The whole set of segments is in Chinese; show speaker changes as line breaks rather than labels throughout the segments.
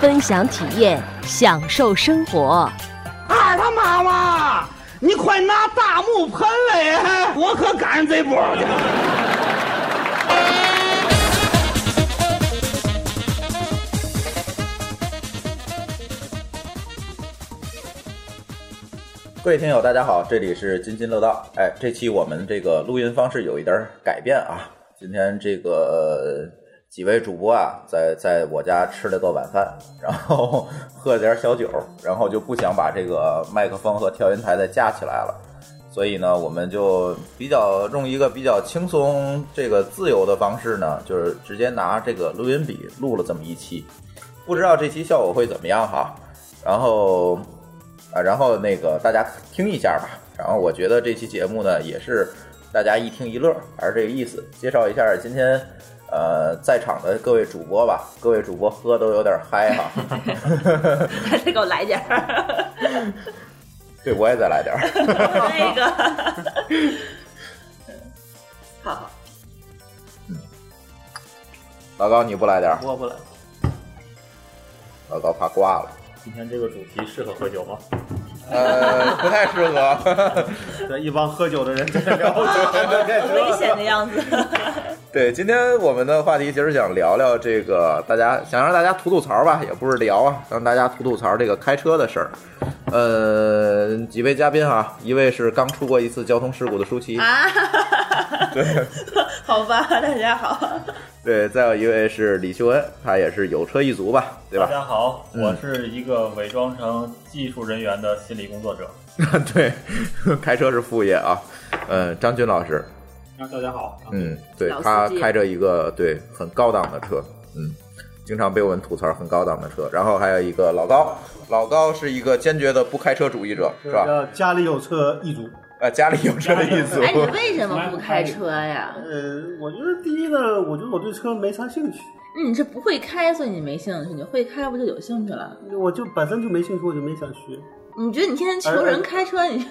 分享体验，享受生活。
二他妈妈，啊你快拿大木盆来，我可赶上这波去了。
各位听友，大家好，这里是津津乐道。哎，这期我们这个录音方式有一点儿改变啊。今天这个呃几位主播啊，在在我家吃了个晚饭，然后 喝了点小酒，然后就不想把这个麦克风和调音台再架起来了。所以呢，我们就比较用一个比较轻松、这个自由的方式呢，就是直接拿这个录音笔录了这么一期。不知道这期效果会怎么样哈。然后啊，然后那个大家听一下吧。然后我觉得这期节目呢，也是大家一听一乐，还是这个意思。介绍一下今天呃在场的各位主播吧，各位主播喝都有点嗨哈。
再给我来点儿，
对，我也再来点儿。
那 个，好好，
老高，你不来点儿？
我不来。
老高怕挂 了。
今天这个主题适合喝酒吗？
呃，不太适合。
对，一帮喝酒的人在这聊酒，
危险的样子。
对，今天我们的话题其实想聊聊这个，大家想让大家吐吐槽吧，也不是聊啊，让大家吐吐槽这个开车的事儿。呃，几位嘉宾啊，一位是刚出过一次交通事故的舒淇，
啊，
对
好吧，大家好，
对，再有一位是李秀恩，他也是有车一族吧，对
大
吧？
家好，
嗯
我是一个伪装成技术人员的心理工作者。
对， 开车是副业啊。呃，张军老师，
啊，大家好，
嗯，对
老司
他
机啊
开着一个对很高档的车，嗯，经常被我们吐槽很高档的车。然后还有一个老高，老高是一个坚决的不开车主义者，是吧？
叫家里有车一族。
呃，家里有车的一族
哎，，你为什么不开车呀？
呃，我觉得第一呢，我觉得我对车没啥兴趣，
嗯你是不会开，所以你没兴趣；你会开，不就有兴趣了？
我就本身就没兴趣，我就没想学。
你觉得你天天求人开车，你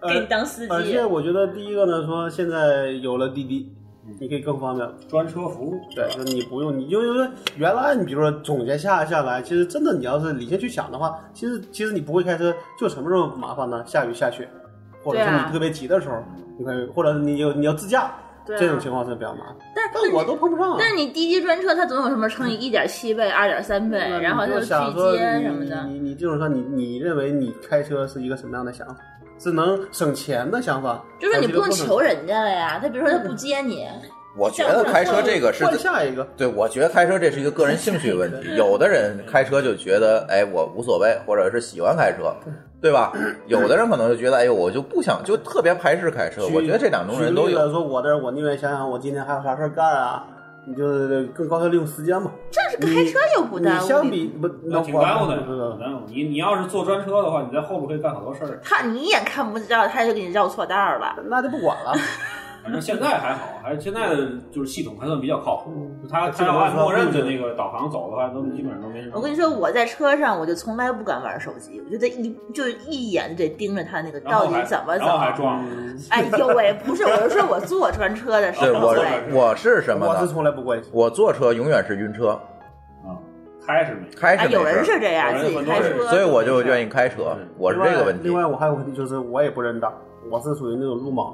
呃
给你当司
而
机
且？我觉得第一个呢，说现在有了滴滴，你可以更方便。
嗯专车服务。
对，就是你不用，你就因为原来你比如说总结下下来，其实真的你要是理性去想的话，其实其实你不会开车，就什么时候麻烦呢？下雨下雪，或者是
对
你
啊
特别急的时候，你可以，或者你有你要自驾，
对啊
这种情况是比较麻烦。
但
但我都碰不上啊。
但是你滴滴专车，它总有什么乘以一点七倍、二点三倍，然后它
就
就
想
拒
说
接什么的。
你你你就是说你你认为你开车是一个什么样的想法？是能省钱的想法，
就是说你不用求
人。
人家了呀，他比如说他
嗯
不接你，
我觉得开车这个是
换下一个，
对，我觉得开车这是一个个人兴趣问题。有的人开车就觉得，哎，我无所谓，或者是喜欢开车，对吧？有的人可能就觉得，哎呦，我就不想，就特别排斥开车。
举
我觉得这两种人都
举例来
有。
说我的，我宁愿想想我今天还有啥事儿干啊，你就是更高效利用时间嘛。
这是开车又不
你
耽
相
误你，
比不，
那挺耽误的，
不是
挺耽误。你你要是坐专车的话，你在后边可以干好多事儿。
他你一眼看不到，他就给你绕错道儿了。
那就不管 了。
反正现在还好，还现在的就是系统还算比较靠谱。它
这
它
个
要按
我
默认的那个导航走的话，都基本上都没什么。
我跟你说，我在车上我就从来不敢玩手机，我觉得一就是一眼就得盯着他那个
然后
到
还，
底怎么走
然。后还撞了。
嗯
哎呦喂，不是，我是说我坐专车的时
对，
候，
我
对
我是什么
我
呢？
是从来不关心。
我坐车永远是晕车，
啊，开是没？
开
啊
哎，
是
有人
没事
是
儿，
这样，
有人
自己
很多
开
人
车，
所以我就愿意开车。我是这个问题
另。外，另外我还有个问题就是，我也不认道，我是属于那种路盲。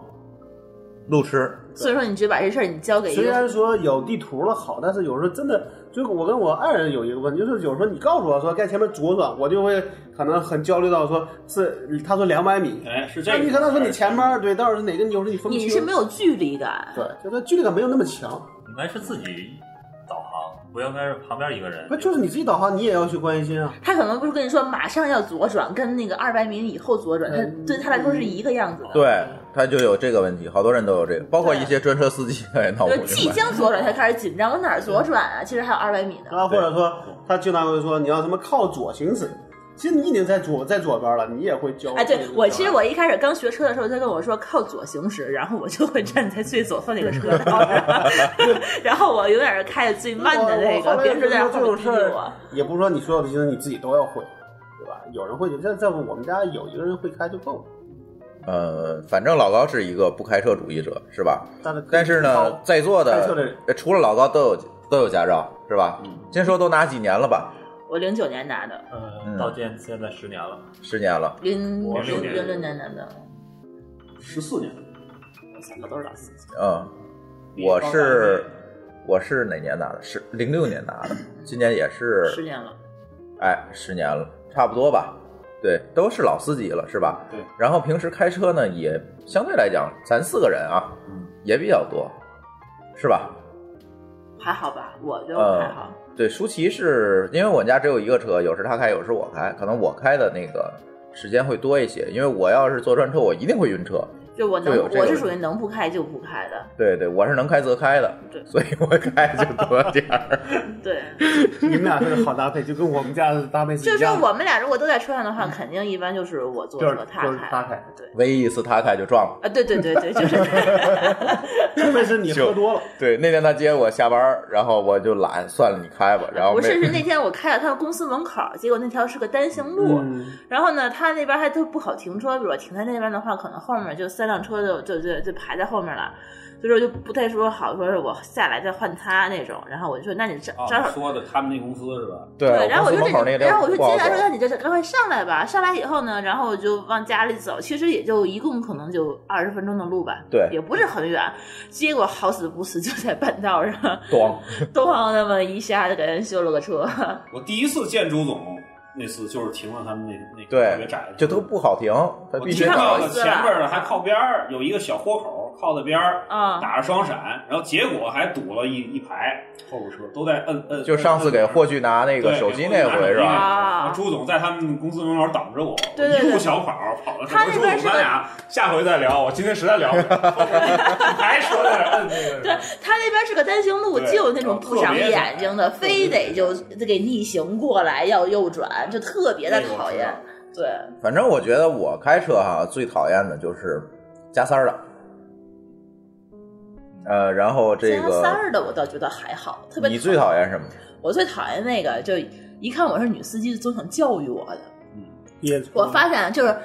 路痴，
所以说你就把这事儿你交给一
虽
个
然说有地图了好，但是有时候真的，就我跟我爱人有一个问题，就是有时候你告诉我说该前面左转，我就会可能很焦虑到说是他说两百米，
哎，是这
那
个。
你可能说你前面对，到底是哪个你有时候你分不
你
清，
是没有距离感。
对，就是距离感没有那么强。
应该是自己导航，
不应该是旁边一个人。
不就是你自己导航，你也要去关心啊？
他可能不是跟你说马上要左转，跟那个二百米以后左
嗯
转，他对他来说是一个样子的。
对，他就有这个问题，好多人都有这个，包括一些专车司机也闹不
就
明白。
即将左转，他开始紧张，我哪儿左转啊？其实还有二百米呢。
啊，或者说他经常会说你要什么靠左行驶，其实你已经在左在左边了，你也会焦虑。
哎，对我其实我一开始刚学车的时候，他跟我说靠左行驶，然后我就会站在最左侧那个车道，然 后 然后我永远是开的最慢的那个，
我
别人都在
我
那后面逼
后来就是说这种事
我
儿。也不是说你所有的技能你自己都要会，对吧？有人会，这这我们家有一个人会开就够了。
呃，反正老高是一个不开车主义者，是吧？
但是
但是呢，在座
开车的
的
人嗯
呃除了老高都有都有驾照，是吧？先说都拿几年了吧？
我零九年拿的，
嗯
呃，到现现在十年了，
十年了。
零
我
零
06年
零六年拿的，
十四年，
三个都是老司机。
嗯，我是我是哪年拿的？是零六年拿的，今年也是
十年了，
哎，十年了，差不多吧。对，都是老司机了，是吧？
对。
然后平时开车呢，也相对来讲，咱四个人啊，也比较多，是吧？
还好吧？我觉得我还
呃
好。，
对，舒淇是因为我们家只有一个车，有时他开，有时我开，可能我开的那个时间会多一些，因为我要是坐专车，我一定会晕车。
就我
就
能
有，这个
我是属于能不开就不开的，
对对，我是能开则开的，
对
所以我开就多点儿。
嗯
对。
你们俩是好搭配，就跟我们家的搭配是
就是
一
说
样的。嗯
我们俩如果都在车上的话，肯定一般就是我坐
就是
车，
就是
开。
他开，
对，
唯一一次他开就撞了。
啊，对对对对，就是。
特别是你
就
喝多了，
对，那天他接我下班儿，然后我就懒，算了，你开吧。 然后
不
没
是，是那天我开到他们公司门口，结果那条是个单行路，
嗯，
然后呢，他那边还都不好停车，比如我停在那边的话，可能后面就三辆车就就就就排在后面了，所以说就不太说好，说是我下来再换他那种。然后我就说，那你正
啊，
正好
说的他们那公司是吧？
对
对，然后我就
公司门口
这，
那个
然后我就
不好
接下来
走
说，那你这赶快上来吧。上来以后呢，然后我就往家里走，其实也就一共可能就二十分钟的路吧，
对
也不是很远。结果好死不死就在半道上
咣，
咣那么一下就给人修了个车，
我第一次见周总那次就是停了他们那那个特别
对
窄的，，
就都不好停，他
我
必须
听
找
到了前面的还靠边儿，有一个小豁口靠在边儿，
啊
打着双闪，然后结果还堵了一一排后边车，都在摁摁。
就上次给霍炬拿那个手机那回是吧？
啊
啊，朱总在他们公司门口挡着我，
对对对
一路小跑跑到
他那
朱
边
总，
是
咱俩下回再聊。我今天实在聊不了，后边一排车在那摁那个。
对他那边是个单行路，
对呃
就有那种
特
不长
别
眼睛的，非得就给逆行过来要右转，就特别的
那个我
讨
知
厌
道。
对，
反正我觉得我开车哈、最讨厌的就是加塞儿的，呃，然后这
加三
个
儿的我倒觉得还好，特别
你最讨厌什么？
我最讨厌那个，就一看我是女司机，就总想教育我的。
嗯
也
我发现啊就是，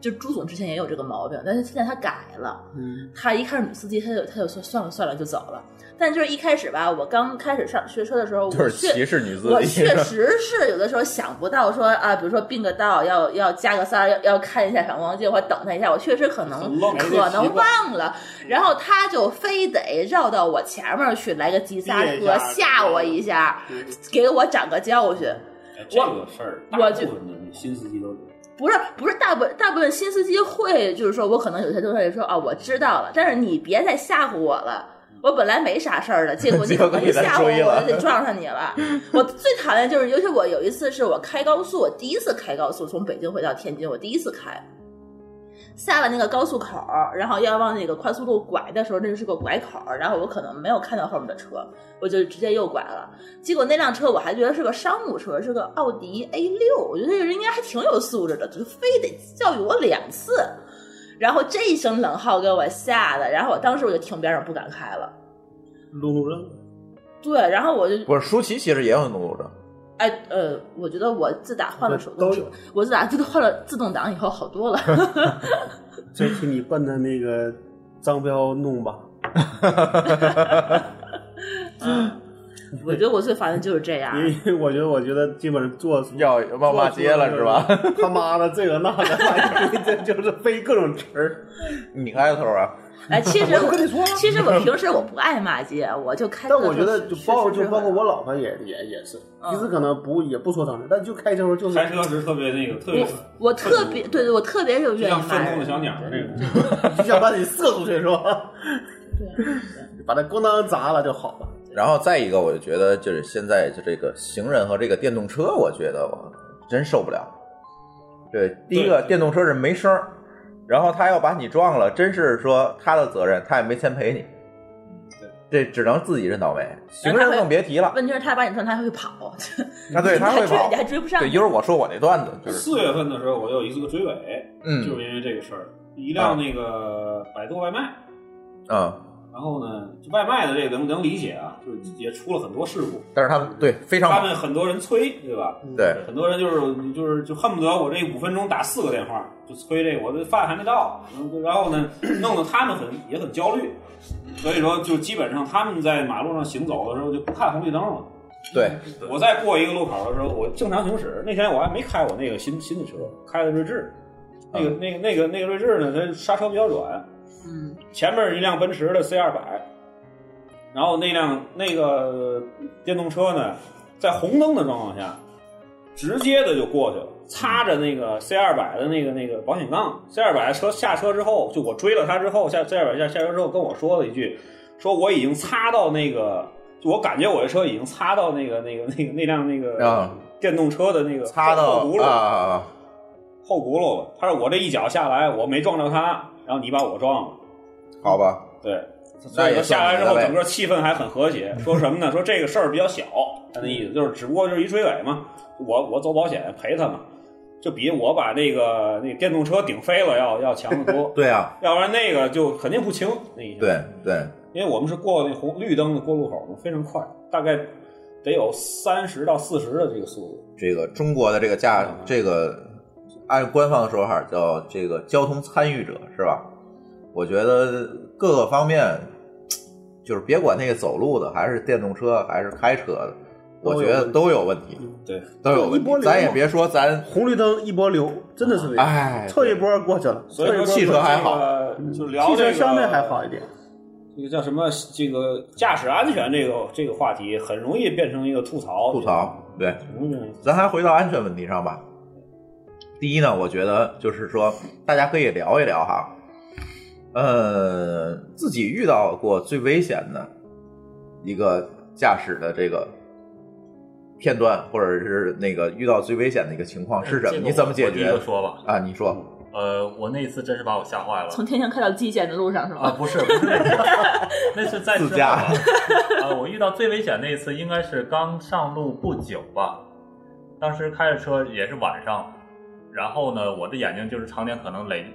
就朱总之前也有这个毛病，但是现在他改了。
嗯，
他一看是女司机，他就他就说算了算了就走了。但就是一开始吧，我刚开始上学车的时候，
就
我
是
确
歧视女司
我
机
确，实是有的时候想不到说啊，比如说并个道要要加个塞儿，要要看一下闪光镜或者等他一下，我确实可能
愣
可能忘了，然后他就非得绕到我前面去来个急刹
别一
车
下
吓我一下，给我长个教训。
哎这个事儿，大部
我就
分的那新司机都有
不是不是，大部大部分新司机会就是说我可能有些东西说啊我知道了，但是你别再吓唬我了。我本来没啥事儿的，结果
结
你
果
可能
你
一
来
吓唬我，
追
我
了
就得撞上 你了。我最讨厌就是，尤其我有一次是我开高速，我第一次开高速从北京回到天津，我第一次开，下了那个高速口儿，然后要往那个快速路拐的时候，那是个拐口儿，然后我可能没有看到后面的车，我就直接右拐了。结果那辆车我还觉得是个商务车，是个奥迪 A 六，我觉得这人应该还挺有素质的，就非得教育我两次，然后这一声冷号给我吓的，然后我当时我就停边上不敢开了。
路怒症，
对，然后我就
不是舒淇其实也有怒路症，
哎呃，我觉得我自打换了手动
都
车
有，
我自打自换了自动挡以后好多了。
这期你奔着那个张彪弄吧，
我觉得我最烦的就是这样。
因为我觉得，我觉得基本上做
要骂骂街了是 吧？？
他妈的，这个那个，这就是背各种词儿。
你开头啊，
哎，其实
我跟你说啊
其实我平时我不爱骂街，我就开车
但
的时候
我
是。
觉得，就包
是是
就包括
会
我老婆也也也是，
嗯
平时可能不也不说脏话，但就开车时候就是
开车时特别那个特别
我我特别对对，我特别就
就
愿意
像愤怒
骂
的
人。
小鸟儿那种。
就想把你射出去，是吧？
对，
把那咣当砸了就好了。
然后再一个，我就觉得就是现在就这个行人和这个电动车，我觉得我真受不了。对，第一个电动车是没声儿，然后他要把你撞了，真是说他的责任，他也没钱赔你，这只能自己认倒霉。行人更别提了，
问题是他把你撞，他还会跑，
啊，对，他会
你还追
跑
你。还追不上。
对，一会儿我说我那段子，就是
四月份的时候，我又有一次个追尾，
嗯
就是因为这个事儿，一辆那个百度外卖，
嗯，
然后呢，就外卖的这个能能理解啊，就是也出了很多事故，
但是他们对非常
他
忙
们很多人催，对吧？
对，
很多人就是就是就恨不得我这五分钟打四个电话，就催这个我这饭还没到，然后呢，弄得他们很也很焦虑，所以说就基本上他们在马路上行走的时候就不看红绿灯了。
对，
我在过一个路口的时候，我正常行驶。那天我还没开我那个新新的车，开的锐志。那个、那个、那个、那个锐志呢，它刹车比较软。
嗯，
前面一辆奔驰的 C 二百，然后那辆那个电动车呢，在红灯的状况下，直接的就过去了，擦着那个 C 二百的那个那个保险杠。C 二百车下车之后，就我追了他之后，下 C 二百下下车之后跟我说了一句，说我已经擦到那个，我感觉我的车已经擦到那个那个那个那辆那个
啊
电动车的那个
擦
后
到
轱辘
啊啊啊，
后轱辘了。他说我这一脚下来，我没撞着他，然后你把我撞了，
好吧，
对。所
那也
以说下
算
来
你
之
的
后，
呗。
整个气氛还很和谐。说什么呢？说这个事儿比较小，他的意思就是，只不过就是一追尾嘛，我我走保险赔他嘛，就比我把那个那电动车顶飞了要要强得多
对啊，
要不然那个就肯定不轻，那一下
对对，
因为我们是过那红绿灯的过路口嘛，非常快，大概得有三十到四十的这个速度。
这个中国的这个驾这个按官方的说法叫这个交通参与者是吧？我觉得各个方面，就是别管那个走路的，还是电动车，还是开车的，我觉得都有问题，
对，
都有问
一波
题。
流
咱也别说咱，
红绿灯一波流，真的是这样
哎，
凑一波过去了，
所以说
凑一
汽
波
车还好
这个，就聊
汽
这个
车相对还好一点。
这个叫什么？这个驾驶安全这个这个话题，很容易变成一个吐槽。
吐槽，对，
嗯，
咱还回到安全问题上吧。第一呢，我觉得就是说，大家可以聊一聊哈，呃，自己遇到过最危险的一个驾驶的这个片段，或者是那个遇到最危险的一个情况是什么？
呃这个
你怎么解
我第一
决
个？说吧，
啊，你说，
呃，我那一次真是把我吓坏了。
从天津开到蓟县的路上是
啊，
吗？
不是，不 是那次，那是在
自
之
驾
后啊，我遇到最危险那一次应该是刚上路不久吧，当时开着车也是晚上，然后呢，我的眼睛就是常年可能累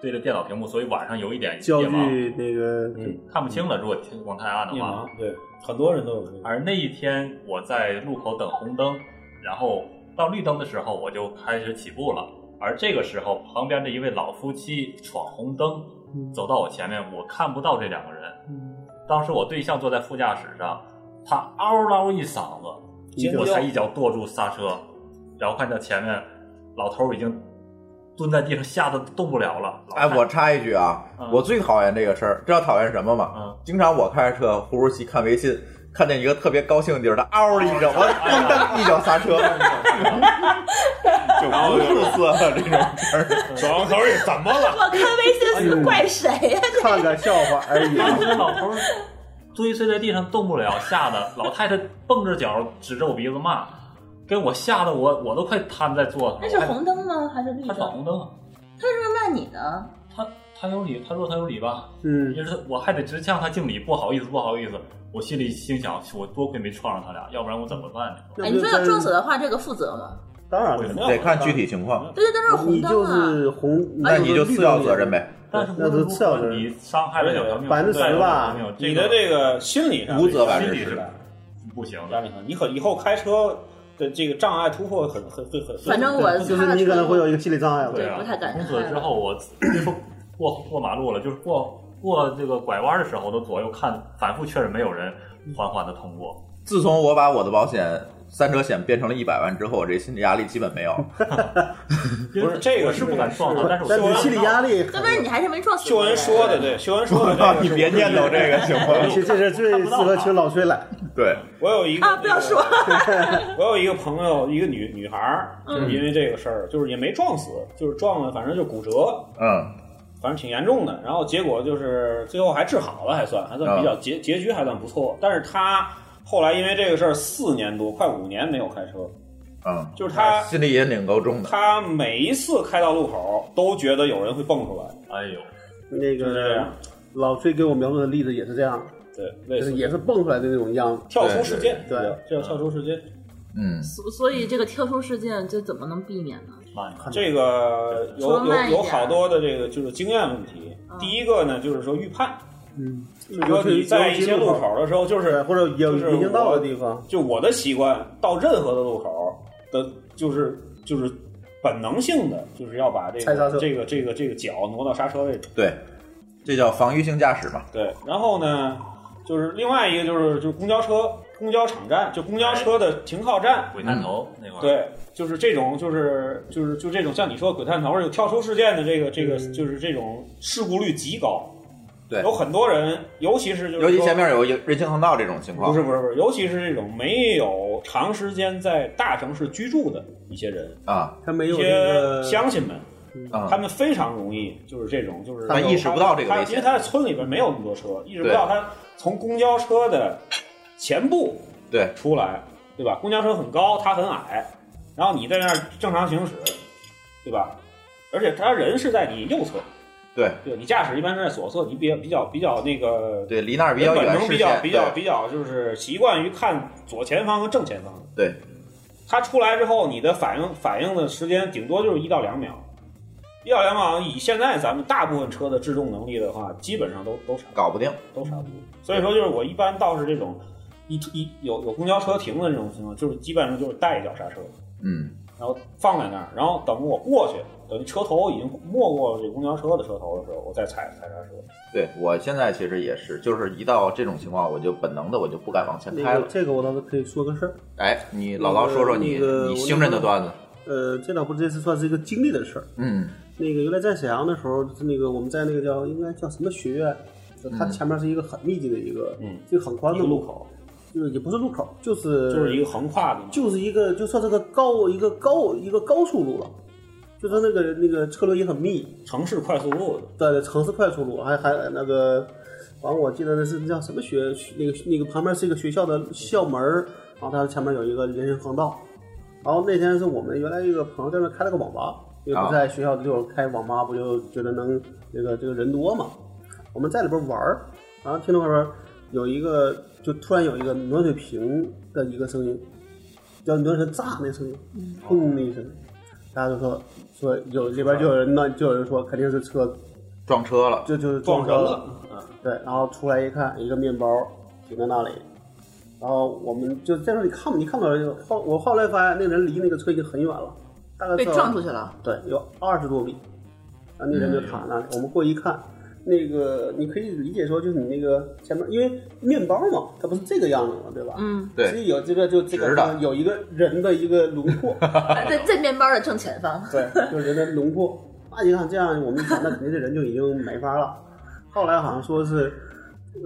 对着电脑屏幕，所以晚上有一点
焦
夜盲，
距那个，
嗯，看不清了。如果天光太暗的
夜
话啊
盲，，对，很多人都有这个。
而那一天我在路口等红灯，然后到绿灯的时候我就开始起步了。而这个时候，旁边的一位老夫妻闯红灯，走到我前面，我看不到这两个人。当时我对象坐在副驾驶上，他嗷嗷一嗓
尖
子，
叫
我才一脚跺住刹车，然后看到前面老头儿已经蹲在地上，吓得动不了了。老
哎，
太
我插一句啊，
嗯
我最讨厌这个事儿，知道讨厌什么吗？
嗯
经常我开着车呼噜骑看微信，看见一个特别高兴的地儿，他嗷一声，我
哎
咣当一脚刹 车，就无数次了这种事儿。
老头儿怎么了？
我看
哎
微信是怪谁啊呀？
看个笑话而已。
当时 老头儿堆睡在地上动不了，吓得老太太蹦着脚指着我鼻子骂，给我吓得我我都快瘫在座
哎
上。
那是红灯吗？还是绿
他
灯？
闯红灯啊，
他是不是骂你呢？
他他有理，他说他有理吧，
嗯，
也是我还得直向他敬礼，不好意思不好意思。我心里心想，我多亏没撞上他俩，要不然我怎么办呢？
那
哎，
不
你
就
说要
跟
撞死的话，这个负责吗？
当然了，
啊得
啊
看具体情况，
对对，但是红
你就
灯啊，
是红，
那你就次要责任。呗。
但是无
那
论
是
如
次要
何
责，任
你伤害了小朋友，
百分之十吧
没有
你
这
的
个
这个心理上
无责百
心
分
理
之
是
十
吧
不行的
压。力很，你很以后开车的这个障碍突破很很很很。
反正我
就
他
是
的
你可能会有
车
一个心理障碍吧。
对
啊，
不太敢
从此之后，我别说过过马路了，就是过过这个拐弯的时候，我都左右看，反复确认没有人，缓缓的通过。
自从我把我的保险三者险变成了一百万之后，我这心理压力基本没有。
不是这个
我是不敢撞他，但是我
但你心理压力很，
要不然你还是没撞死。
秀恩说的，对，秀恩说的这个，
你别念叨这个行
而
吗？
且这是最适合请老崔来。
对，
我有一个
啊，不要说，
我有一个朋友，一个女
嗯
女孩儿，就是因为这个事儿，就是也没撞死，就是撞了，反正就骨折。
嗯，
反正挺严重的。然后结果就是最后还治好了，还算还算比
啊
较结结局还算不错。但是他后来因为这个事儿四年多，快五年没有开车。
嗯，
就是他
心里阴影够重的，
他每一次开到路口都觉得有人会蹦出来，
哎呦，
那
就是这
个
样，
老崔给我描述的例子也是这样，
对，类
就
似
是
于
也是蹦出来的那种样子。
跳出世界，
对对，
这叫跳出世界。
嗯，
所所以这个特殊事件这怎么能避免呢？
慢着
这个有
说慢
有
一点
有好多的这个就是经验问题。第一个呢，就是说预判，
嗯，
比如说你在一些路口的时候，就
对，
是
或者有
就是
人行道
我
的地方，
就我的习惯，到任何的路口的，就是就是本能性的，就是要把这
踩刹车
个这个这个这个脚挪到刹车位置。
对，这叫防御性驾驶嘛，
对，然后呢，就是另外一个就是就是公交车、公交场站，就公交车的停靠站，
鬼探头那
哎
块儿，
对，就是这种就是就是就这种像你说的鬼探头儿有跳出事件的这个这个就是这种事故率极高，
嗯对
有很多人，尤其是就是
尤其
说
前面有一人行横道这种情况，
不是不是不是，尤其是这种没有长时间在大城市居住的一些人，
啊
他
一
没有那
些
个
乡亲们，
啊
他，们非常容易就是这种，就是
他意识不到这个
他
危险
因为他在村里边没有那么多车，意识不
对
到他从公交车的前部
对
出来，对吧？公交车很高，他很矮，然后你在那儿正常行驶，对吧？而且他人是在你右侧，
对
对，你驾驶一般是在左侧，你比较比较比较那个
对，离那儿比较
本
远
能
视
比较
线，
比较比较就是习惯于看左前方和正前方。
对，
它出来之后，你的反应反应的时间顶多就是一到两秒，一到两秒。以现在咱们大部分车的制动能力的话，基本上都都差不多
搞不定，
都差不多。所以说，就是我一般倒是这种一一有有公交车停的这种情况，就是基本上就是带一脚刹车，
嗯，
然后放在那儿，然后等我过去，等于车头已经没过了这公交车的车头的时候，我再踩踩刹车。
对我现在其实也是，就是一到这种情况，我就本能的我就不敢往前
那
开
个
了。
这个我倒是可以说个事儿。
哎，你姥姥说说你
那个
你刑侦的段子，
呃，这倒不，这次算是一个经历的事儿。
嗯
那个原来在沈阳的时候，就是那个我们在那个叫应该叫什么学院，就它
嗯
前面是一个很密集的一个，
嗯，
就很宽
一
的
个
路
路
口，
口
就是也不是路口，就是
就是一个横跨的嘛，
就是一个就算是个高一个高一个高速路了，就是那个那个车流也很密，
城市快速路的。
在城市快速路，还还那个，完我记得那是那叫什么学，那个那个旁边是一个学校的校门儿然后它前面有一个人行横道，然后那天是我们原来一个朋友在那开了个网吧，因为不在学校就开网吧，不就觉得能那个这个人多嘛，我们在里边玩儿，然后听到外边有一个就突然有一个暖水瓶的一个声音，叫暖水炸那声音，轰的一声。大家就说说有里边就有人闹，就有人说肯定是车
撞车了，
就就是
啊撞人
车
了，嗯
对，然后出来一看，一个面包停在那里，然后我们就在那里看，你看不到人。后我后来发现，那人离那个车已经很远了，大概
被
在
撞出去了，
对，有二十多米，然后那人就
嗯
躺那里。我们过去一看，那个你可以理解说，就是你那个前面，因为面包嘛，它不是这个样子嘛，对吧？
嗯，
对
所以有这个就这
直
个
的
有一个人的一个轮廓，
在在面包的正前方，
对，就是人的轮廓。 那你看这样，我们想，那肯定这人就已经没法 了。后来好像说是，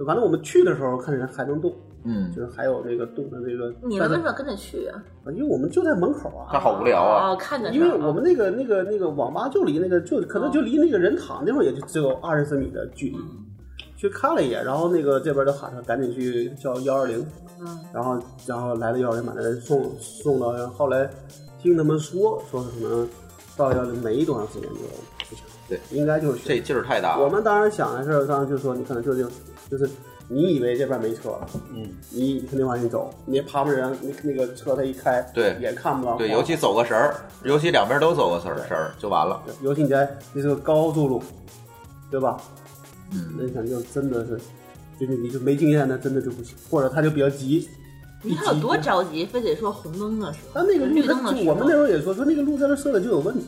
反正我们去的时候看人还能动，
嗯
就，是还有这个动的这个。
你们为什么要跟着去啊？
但是因为我们就在门口啊，
他好无聊啊，
哦，看着呢
因为我们那个那个那个网吧就离那个就可能就离那个人躺那会儿也就只有二十四米的距离。去看了一眼，然后那个这边就喊他赶紧去叫幺二零，然后然后来了幺二零把那人送送到，然后后来听他们说说可能到幺零没多长时间就不行，
对，
应该就是
这劲儿太大
我
了，
们当时想的是，当时就说你可能就就就是你以为这边没车，
嗯，
你肯定往前走，你旁边人那那个车他一开，
对
也看不到，
对，尤其走个神儿，尤其两边都走个神儿，神儿就完了，
对尤其你在这是个高速路，对吧？
嗯，
那想就真的是，就是你就没经验，那真的就不行，或者他就比较急。
你看有多着急，非得说红灯
啊
的时候，
但那个路
绿
它，
灯的
就
时
我们那
候，
时候也说，说那个路在那设的就有问题。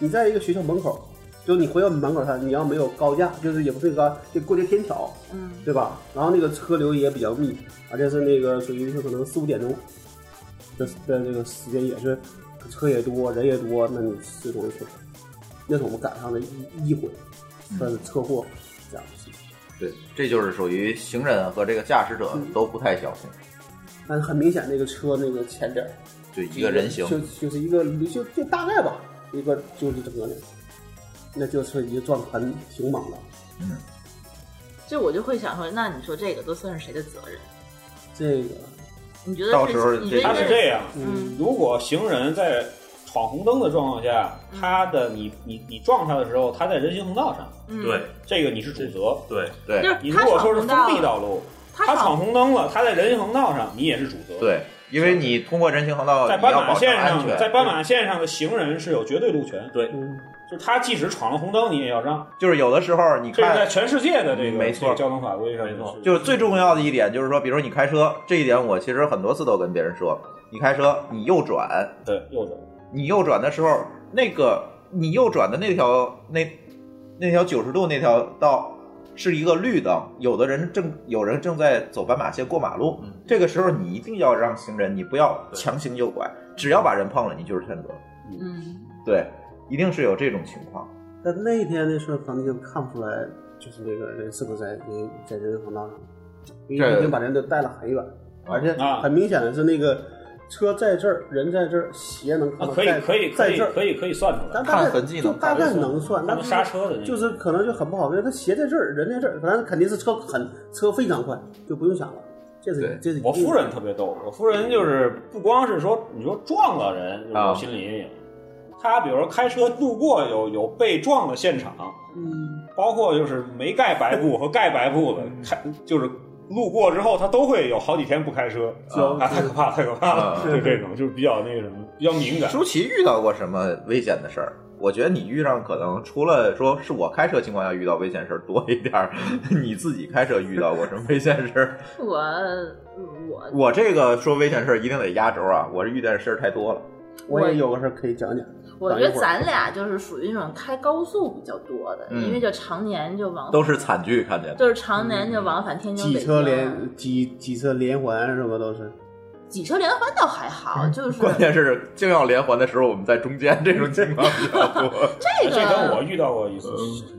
你在一个学校门口，就是你回到门口上，你要没有高架，就是也不是高，就过街天桥，
嗯，
对吧？然后那个车流也比较密，而且是那个属于是可能四五点钟的的这个时间也是车也多，人也多，那你是容易出事。那是我们赶上的一一回，
嗯
算是车祸这样的事情。
对，这就是属于行人和这个驾驶者
嗯
都不太小心，
但是很明显，那个车那个前脸儿
就一个人
就
行，
就是一个就就大概吧，一个就是整个那个，那这车已经转盘挺猛了。
就我就会想说，那你说这个都算是谁的责任？
这个
你觉得
到
是
时候
你觉
他
得
是这样，
嗯，
如果行人在闯红灯的状况下，他的你你你撞他的时候，他在人行横道上，
嗯
对，
这个你是主责。
对
对
就是
你
他
如果说是
闯
封
红
闭道路，
他
他闯
闯
红灯了，他在人行横道上，你也是主责。，
对，因为你通过人行横道，
在
你
斑
要
马
保
线
证安
上，
全。
在斑马线上的行人是有绝对路权，
对，
就是他即使闯了红灯，你也要让。
就是有的时候你
这是在
看，
全世界的这个
没错
这个交通法规上
没错
就
就是最重要的一点就是说，比如说你开车这一点，我其实很多次都跟别人说，你开车你右转，
对右转，
你右转的时候，那个你右转的那条那那条九十度那条道是一个绿灯，有的人正有人正在走斑马线过马路，这个时候你一定要让行人，你不要强行右拐，只要把人碰了，你就是全责。
嗯，
对，一定是有这种情况。
但那天那事儿咱们就看不出来，就是那个人是不是在人在人行横道上，因为
这
已经把人都带了很远，而且
啊
很明显的是那个车在这儿，人在这儿，鞋能看
啊
到，
可以
在
可以可
在
以
这儿，
可以可以算出来
但，大概
看痕迹
就
能
大
看
概
出来
能算，
他
但
们
是
刹车的那个
就是可能就很不好，因为他鞋在这儿，人在这儿，反正肯定是车很车非常快，就不用想了，这
对
是这是一
我
定的
夫人特别逗，我夫人就是不光是说你说撞了人就是
啊
有心理阴影，她比如说开车路过有有被撞的现场，
嗯，
包括就是没盖白布和盖白布的，开就是路过之后，他都会有好几天不开车，
焦
啊，太可怕，太可怕了
啊，
就这种，就是比较那个什么，比较敏感。
舒淇遇到过什么危险的事儿？我觉得你遇上可能除了说是我开车情况下遇到危险事儿多一点儿， 你自己开车遇到过什么危险事儿？
我我
嗯
我这个说危险事儿一定得压轴啊！我这遇见的事儿太多了。
我也有个事儿可以讲讲，
我
等
觉
一
得
会儿
咱俩就是属于那种开高速比较多的，
嗯
因为就常年就往
都是惨剧看见的。
就是常年
嗯
就往返天津、
几
北京啊哦
车连几几车连环什么都是，
几车连环倒还好，就是
关键是净要连环的时候，我们在中间这种情况比较多。
这
这跟我
个。
遇到过一次，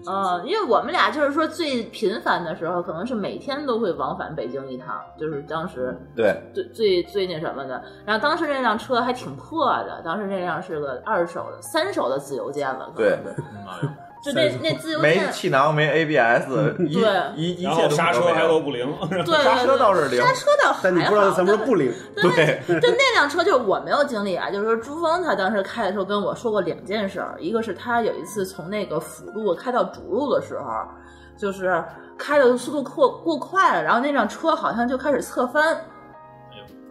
嗯，因为我们俩就是说最频繁的时候，可能是每天都会往返北京一趟，就是当时
对，
最最最那什么的。然后当时那辆车还挺破的，当时那辆是个二手的、三手的自由舰了。可能是，
嗯哎呦
就那那自由
没
舰，
气囊，没 ABS，一
对
一一
然
切
后
都
刹车
没有
还都不灵，
对对对，
刹车倒是灵
刹车倒还好，
但你不知道是什么时候不灵，
但
对
但但那辆车就是我没有经历啊，就是说朱峰他当时开的时候跟我说过两件事儿，一个是他有一次从那个辅路开到主路的时候，就是开的速度过过快了，然后那辆车好像就开始侧翻，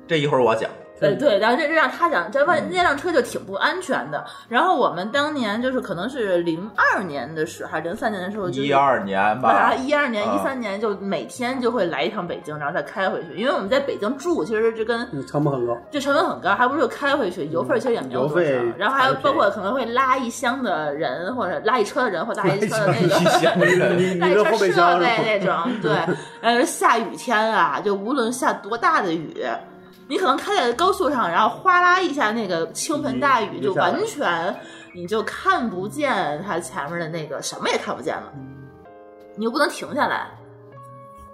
这一会儿我讲。
呃，对，然后这这让他讲，这万那辆车就挺不安全的。然后我们当年就是可能是零二年的时候，还是零三年的时候，就是
一二年吧
啊，，一二年、
啊
一三年就每天就会来一趟北京，然后再开回去，因为我们在北京住，其实这跟
嗯成本很高。
这成本很高，还不如开回去，邮费其实也没有
邮
多少
费。
然后还有
还
包括
便宜
可能会拉一箱的人，或者拉一车的人，或者拉一车的 那
一
个。
箱人
你
拉一
这
车
后备
设
箱是吧
备那 种，对，呃，下雨天啊，就无论下多大的雨，你可能开在高速上，然后哗啦一下，那个倾盆大雨
雨
就
嗯就下来
完全你就看不见它前面的那个什么也看不见了，
嗯
你又不能停下来，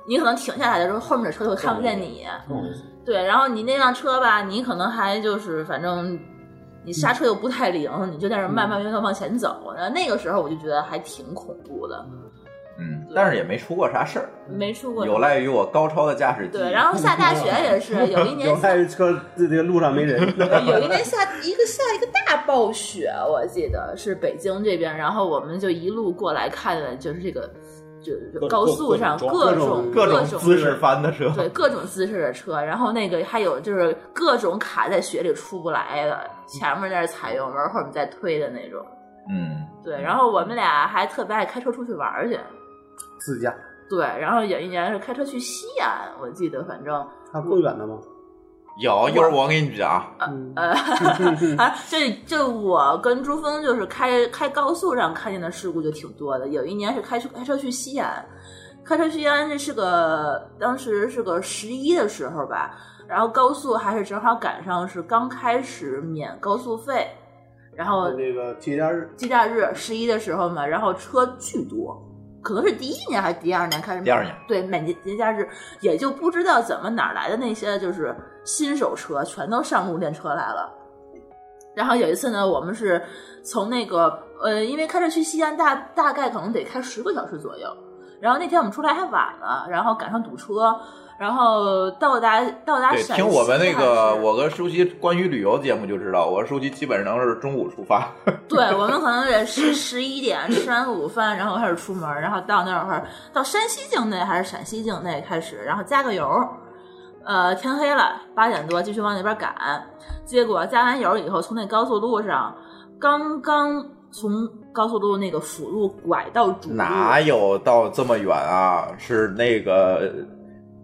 你可能停下来的时候，后面的车就看不见你，
嗯
对，然后你那辆车吧，你可能还就是反正
嗯
你刹车又不太灵，你就在那儿慢慢悠悠地往前走。然后那个时候我就觉得还挺恐怖的，
嗯，但是也没出过啥事儿，
没出过。
有赖于我高超的驾驶技艺。
对，然后下大雪也是，有一年
有
下
害车这这个路上没人，
有一年下一个下一个大暴雪，我记得是北京这边，然后我们就一路过来看的就是这个，就是
各
高速上
各
各
种
各
种
种姿势翻的车，
对各种姿势的车，然后那个还有就是各种卡在雪里出不来的，前面在那踩油门，后面再推的那种。
嗯，
对，然后我们俩还特别爱开车出去玩儿去。
自驾，
对，然后有一年是开车去西安，我记得反正
它够远的吗？
有一会儿我给你讲，
嗯，
呃， 啊，这这我跟朱峰就是开开高速上看见的事故就挺多的。有一年是开车开车去西安，开车去西安这是个当时是个十一的时候吧，然后高速还是正好赶上是刚开始免高速费，然后
嗯 那个节假日，
节假日十一的时候嘛，然后车巨多，可能是第一年还是第二年开始，
第二年
对每节节假日也就不知道怎么哪儿来的那些就是新手车全都上路练车来了。然后有一次呢，我们是从那个呃，因为开车去西安大大概可能得开十个小时左右。然后那天我们出来还晚了，然后赶上堵车，然后到达到达
对，
陕西
听我们那
还
个
是
我跟舒淇关于旅游节目就知道，我和舒淇基本上是中午出发，
对我们可能得十十一点吃完午饭，然后开始出门，然后到那会儿到山西境内还是陕西境内开始，然后加个油，呃，天黑了，八点多继续往那边赶，结果加完油以后，从那高速路上刚刚从高速路那个辅路拐到主路，
哪有到这么远啊？是那个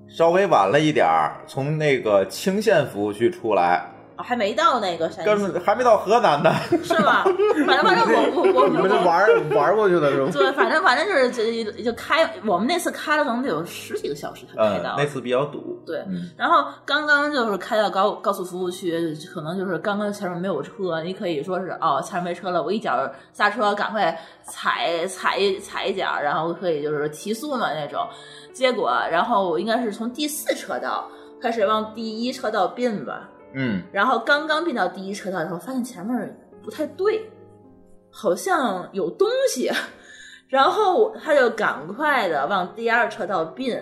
稍微晚了一点儿，从那个清县服务区出来，
哦还没到那个山西
根本还没到河南 呢。
是 吗？反正反正我我我
你们这
我。
玩儿玩儿过去了是吗？
对，反正反正就是就就开，我们那次开了可能得有十几个小时才开
嗯
到。，
那次比较堵。
对
嗯，
然后刚刚就是开到高高速服务区，可能就是刚刚前面没有车，你可以说是哦前面没车了，我一脚刹车，赶快踩踩一踩一脚，然后可以就是提速嘛那种。结果，然后我应该是从第四车道开始往第一车道并吧，
嗯，
然后刚刚并到第一车道的时候，发现前面不太对，好像有东西， 然后他就赶快的往第二车道并，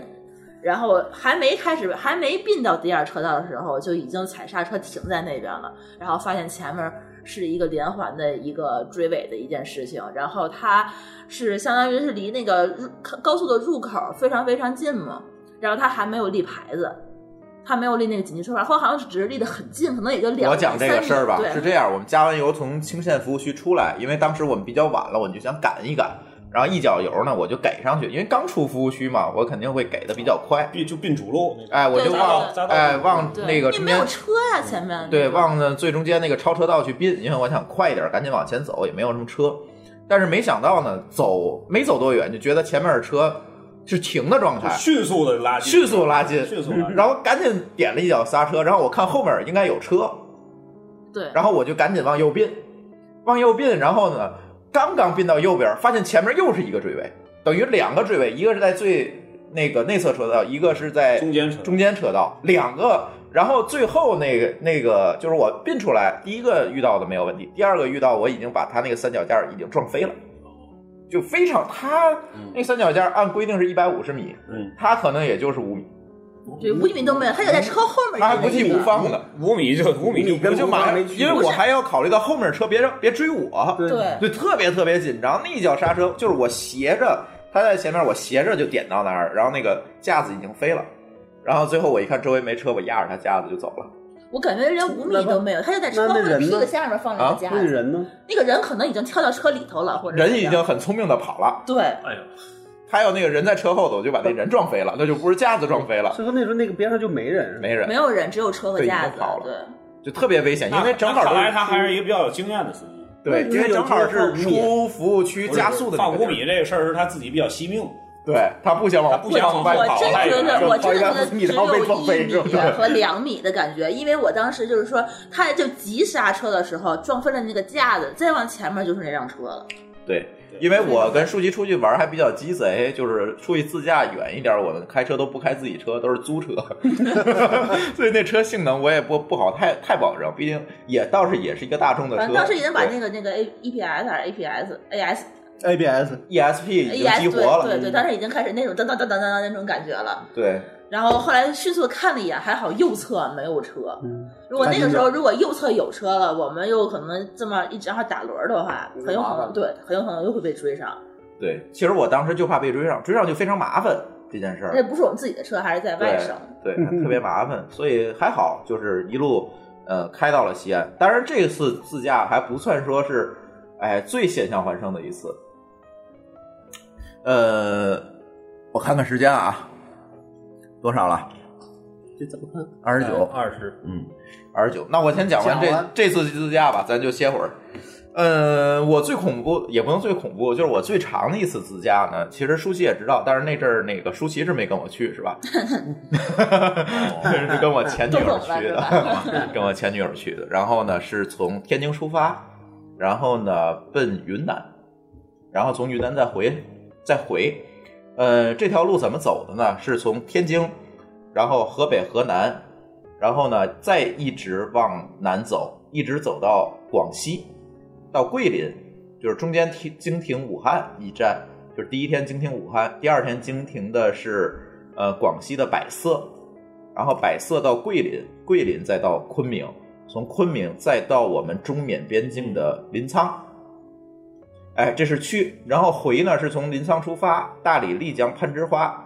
然后还没开始，还没并到第二车道的时候，就已经踩刹车停在那边了，然后发现前面。是一个连环的一个追尾的一件事情，然后他是相当于是离那个入高速的入口非常非常近嘛，然后他还没有立牌子，他没有离那个紧急车牌，或好像是只是离得很近，可能也就
嗯
两
我讲这个事儿吧
三米，对
是这样，我们加完油从清县服务区出来，因为当时我们比较晚了，我就想赶一赶，然后一脚油呢我就给上去，因为刚出服务区嘛，我肯定会给的比较快。
并就并主路那个。
哎，我就
对
往
匝道匝道
哎往
对
那个
因
中
为没有
间
车呀、前面
对，往那最中间那个超车道去并，因为我想快一点，赶紧往前走，也没有什么车。但是没想到呢，走没走多远就觉得前面的车是停的状态，
迅速的拉近，
迅速拉近，
迅速拉近
然后赶紧点了一脚刹车，然后我看后面应该有车，
对，
然后我就赶紧往右并，往右并，然后呢，刚刚并到右边，发现前面又是一个追尾，等于两个追尾，一个是在最那个内侧车道，一个是在
中间车道
中间车道，两个。然后最后那个那个就是我并出来，第一个遇到的没有问题，第二个遇到我已经把他那个三脚架已经撞飞了，就非常他那三脚架按规定是一百五十米，
嗯，
他可能也就是五米，
对五米都没有，他就在车后面，
他还不计无方呢，
五米就五米就
五米跟
我就马上，因为我还要考虑到后面车别让别追我，
对
就
对
特别特别紧张。那一脚刹车就是我斜着，他在前面，我斜着就点到那儿，然后那个架子已经飞了，然后最后我一看周围没车，我压着他架子就走了。
我感觉连五米都没有，他就在车
那
后
那
面
人
屁
呢
股下面放了个架
那
子，
人呢？
那个人可能已经跳到车里头了，或
啊
者
人
怎
已
样
经很聪明的跑了，
对
哎呦，
还有那个人在车后头就把那人撞飞了，那就不是架子撞飞了，
所以说那时候那个边上就没人，
没人
没，有人，只有车和
对已经
架子
跑了，
对。
就特别危险，
那
因为正好嗯
那看来
是
他还是一个比较有经验的司机。
对，因为正好是出服务区
不是
加速的那
放
个
五
地儿
米这个事儿是他自己比较惜命，
对他不想往
他不想往
外
外
我
跑
真
了，哎
觉得，我真的觉得
跑
只
一百米然后被撞
有
飞
一
是吧
米和两米的感觉，因为我当时就是说，他就急刹车的时候撞飞了那个架子，再往前面就是那辆车了。
对，因为我跟舒淇出去玩还比较鸡贼，就是出去自驾远一点，我们开车都不开自己车，都是租车， 所以那车性能我也不不好太太保证，毕竟也倒是也是一个大众的车。
反正当时已经把那
对
个那个 A E P S 还是 A P S A S
ABS
ESP 已
A
经
S
激
对
活了，嗯
对对，当时已经开始那种噔噔噔噔噔噔那种感觉了。
对
然后后来迅速地看了一眼，还好右侧没有车。
嗯
如果那个时候如果右侧有车了，我们又可能这么一直让打轮儿的话，很有可能对，很有可能又会被追上。
对其实我当时就怕被追上，追上就非常麻烦这件事儿。
那不是我们自己的车，还是在外省。
对，对，特别麻烦，所以还好，就是一路呃开到了西安。当然，这次自驾还不算说是哎最险象环生的一次。呃，我看看时间啊，多少了？
这怎么看？
二十九，
二十，
嗯，二十九。那我先讲完这
讲完
这次自驾吧，咱就歇会儿。呃，我最恐怖也不能最恐怖，就是我最长的一次自驾呢。其实舒淇也知道，但是那阵儿那个舒淇是没跟我去，是吧？是跟我前女友去
都懂
的，跟我前女友去的。然后呢，是从天津出发，然后呢奔云南，然后从云南再回再回。呃，这条路怎么走的呢？是从天津，然后河北、河南，然后呢再一直往南走，一直走到广西，到桂林，就是中间停经停武汉一站，就是第一天经停武汉，第二天经停的是呃广西的百色，然后百色到桂林，桂林再到昆明，从昆明再到我们中缅边境的临沧。哎，这是去，然后回呢是从临沧出发，大理、丽江、攀枝花，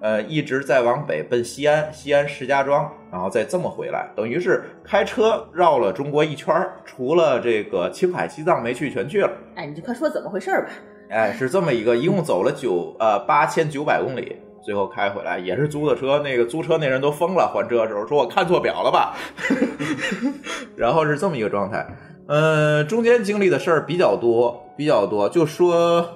呃，一直在往北奔西安，西安石家庄，然后再这么回来，等于是开车绕了中国一圈儿，除了这个青海、西藏没去，全去了。
哎，你就快说怎么回事儿吧。
哎，是这么一个，一共走了九呃八千九百公里，最后开回来也是租的车，那个租车那人都疯了，还车的时候说我看错表了吧， 然后是这么一个状态。呃，中间经历的事儿比较多，比较多，就说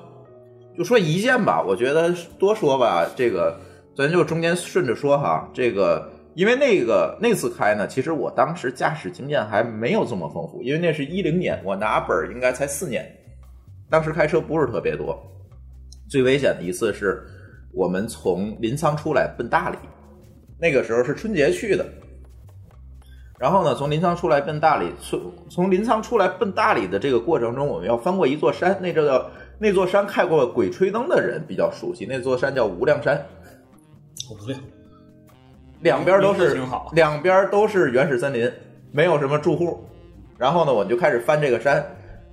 就说一件吧，我觉得多说吧，这个咱就中间顺着说哈，这个因为那个那次开呢，其实我当时驾驶经验还没有这么丰富，因为那是一零年，我拿本儿应该才四年，当时开车不是特别多，最危险的一次是我们从临沧出来奔大理，那个时候是春节去的。然后呢，从临沧出来奔大理，从从临沧出来奔大理的这个过程中，我们要翻过一座山，那这个那座山看过《鬼吹灯》的人比较熟悉，那座山叫无量山，
无量，
两边都
名字
是
挺好
两边都是原始森林，没有什么住户。然后呢，我就开始翻这个山。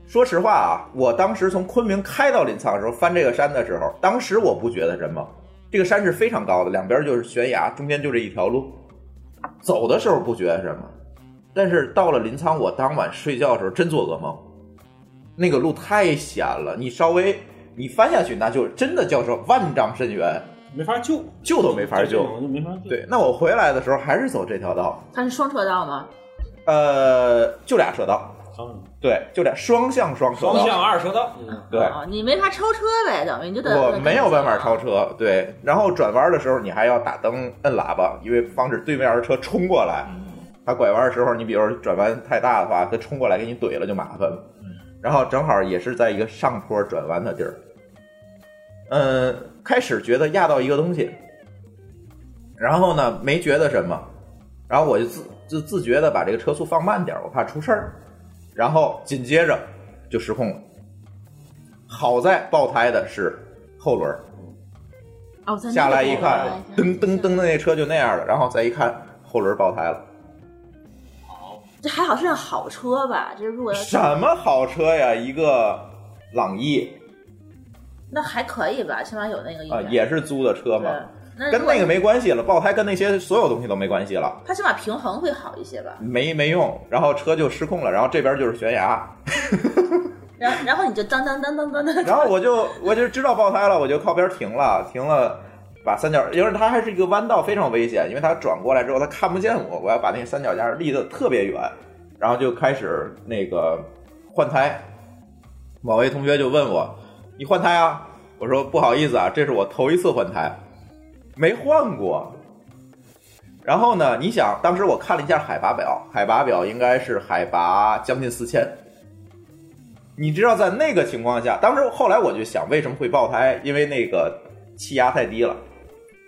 说实话啊，我当时从昆明开到临沧的时候，翻这个山的时候，当时我不觉得什么，这个山是非常高的，两边就是悬崖，中间就这一条路。走的时候不觉得什么，但是到了临沧，我当晚睡觉的时候真做噩梦，那个路太险了，你稍微你翻下去，那就真的叫做万丈深渊，
没法救，
救都没法救。
就没法救。
对，那我回来的时候还是走这条道，
它是双车道吗？
呃，就俩车道，
当然，
对，就俩双向双车道，嗯
嗯双向二车道，
对，
啊，你没法超车呗，等于你就得
我没有办法超车，对。然后转弯的时候，你还要打灯、摁喇叭，因为防止对面的车冲过来。他拐弯的时候，你比如说转弯太大的话，他冲过来给你怼了就麻烦了。然后正好也是在一个上坡转弯的地儿，嗯，开始觉得压到一个东西，然后呢没觉得什么，然后我就自就自觉的把这个车速放慢点儿，我怕出事儿。然后紧接着就失控了。好在爆胎的是后轮儿，
哦，在那个
下来一看
地方，
噔噔噔的那车就那样了，然后再一看后轮爆胎了，
这还好是辆好车吧？这如果要
什么好车呀，一个朗逸
那还可以吧，起码有那个
啊、
一点
也是租的车嘛，
那
跟
如果
那个没关系了，爆胎跟那些所有东西都没关系了，
它起码平衡会好一些吧。
没没用，然后车就失控了，然后这边就是悬崖，
然后然后你就当当当当当 当，
然后我就我就知道爆胎了，我就靠边停了，停了，把三脚，因为它还是一个弯道，非常危险，因为它转过来之后它看不见我，我要把那个三脚架立得特别远，然后就开始那个换胎。某位同学就问我：“你换胎啊？”我说：“不好意思啊，这是我头一次换胎，没换过。”然后呢，你想，当时我看了一下海拔表，海拔表应该是海拔将近四千。你知道，在那个情况下，当时后来我就想，为什么会爆胎？因为那个气压太低了，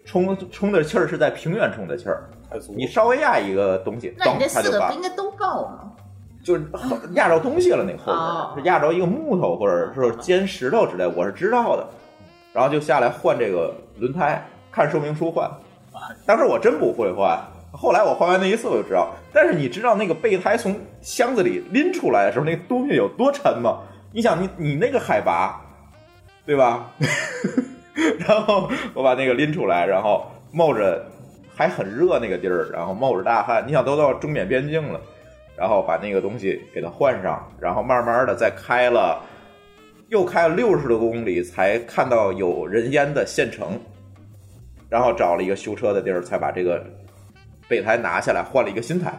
充充的气儿是在平原充的气儿，
太粗。
你稍微压一个东西，
那你
咚，
这
它
四
就
个
发
不应该都够吗？
就是好压着东西了，那个后边、
哦
是压着一个木头或者是尖石头之类，我是知道的。然后就下来换这个轮胎，看说明书换。当时我真不会换，后来我换完那一次我就知道。但是你知道那个备胎从箱子里拎出来的时候，那个东西有多沉吗？你想你你那个海拔，对吧？ 然后我把那个拎出来，然后冒着还很热那个地儿，然后冒着大汗，你想都到中缅边境了，然后把那个东西给它换上，然后慢慢的再开了，又开了六十多公里才看到有人烟的县城，然后找了一个修车的地儿，才把这个备胎拿下来换了一个新胎。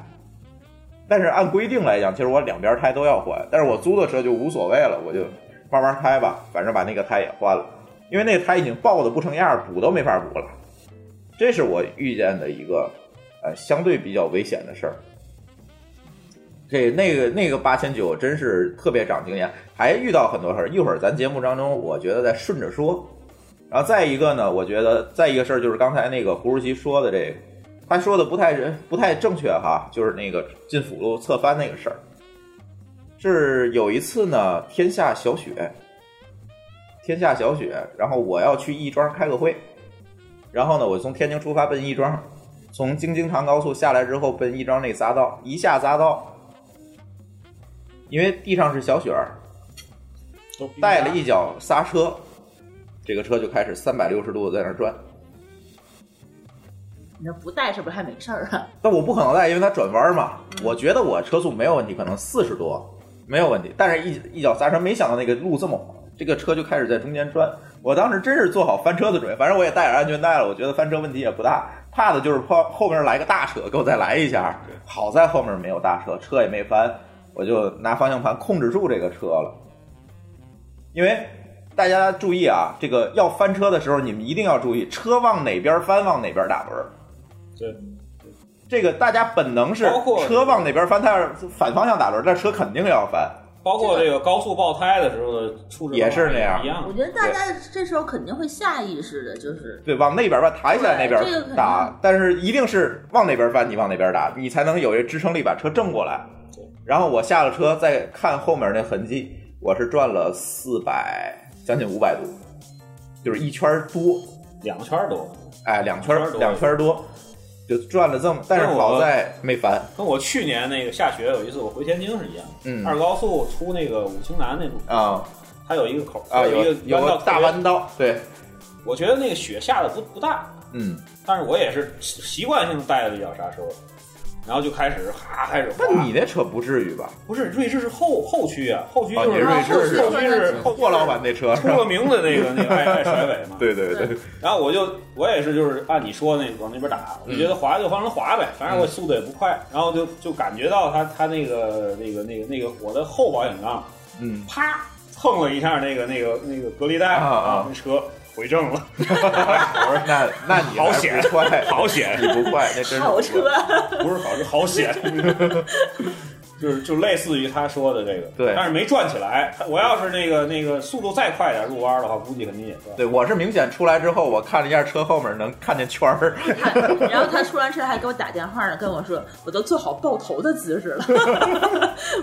但是按规定来讲，其实我两边胎都要换，但是我租的车就无所谓了，我就慢慢开吧，反正把那个胎也换了，因为那个胎已经爆的不成样儿，补都没法补了。这是我遇见的一个呃相对比较危险的事儿。这那个那个八千九真是特别长经验，还遇到很多事儿。一会儿咱节目当中，我觉得再顺着说。然后再一个呢，我觉得再一个事儿就是刚才那个胡主席说的这个，他说的不太人不太正确哈，就是那个进辅路侧翻那个事儿。是有一次呢，天下小雪，天下小雪，然后我要去亦庄开个会，然后呢，我从天津出发奔亦庄，从京津唐高速下来之后奔亦庄那匝道，一下匝道，因为地上是小雪儿，带了一脚刹车，这个车就开始三百六十度在那儿转。
你这不带是不是还没事儿啊？
但我不可能带，因为它转弯嘛。我觉得我车速没有问题，可能四十多没有问题。但是一，一脚刹车，没想到那个路这么滑，这个车就开始在中间钻。我当时真是做好翻车的准备，反正我也带着安全带了，我觉得翻车问题也不大。怕的就是怕后面来个大车，给我再来一下。好在后面没有大车，车也没翻，我就拿方向盘控制住这个车了。因为大家注意啊，这个要翻车的时候，你们一定要注意车往哪边翻，往哪边打轮。
对，
这个大家本能是
包括
车往哪边翻，它要是反方向打轮，那车肯定要翻。
包括这个高速爆胎的时候的处置
也是那样
一样
我。觉得大家这时候肯定会下意识的，就是
对，往那边吧，抬起来那边
对这个肯定啊
打，但是一定是往哪边翻，你往哪边打，你才能有一个支撑力把车正过来。然后我下了车，再看后面那痕迹，我是转了四百，将近五百度，就是一圈儿多，
两圈儿多，
哎，两圈
圈
儿
儿多
两圈儿多，就转了这么，但是
那我
好在没翻。
跟我去年那个下雪有一次我回天津是一样的。
嗯
二高速出那个武清南那路，
啊
它有一个口儿
啊，
有一
有
个
有
道
个
特
大
别
弯道，对，
我觉得那个雪下的不不大，
嗯。
但是我也是习习惯性地带了一脚刹车，然后就开始哈开始滑。
但你那车不至于吧？
不是瑞士是后后驱啊，后驱
啊，
就
你
是
瑞士
后驱是
是
后
霍老板那车是
出了
吧？
名的那个那个爱爱甩尾嘛。
对对对，
然后我就我也是就是按你说那往那边打，我就
嗯
觉得滑就让它滑呗，反正我速度也不快，然后就就感觉到它它那个那个那个那个我的后保险杠
嗯，
啪蹭了一下那个那个那个隔离带
啊啊
那车回正了，
我说那那你
好
还
险
不快，
好险
你不快，那真是不
好
快
车。
不是好是好险， 就是就类似于他说的这个，
对
但是没转起来。我要是那个那个速度再快点入弯的话，估计肯定也转。
对，我是明显出来之后，我看了一下车后面能看见圈儿，
然后他出完事还给我打电话呢，跟我说我都做好爆头的姿势了。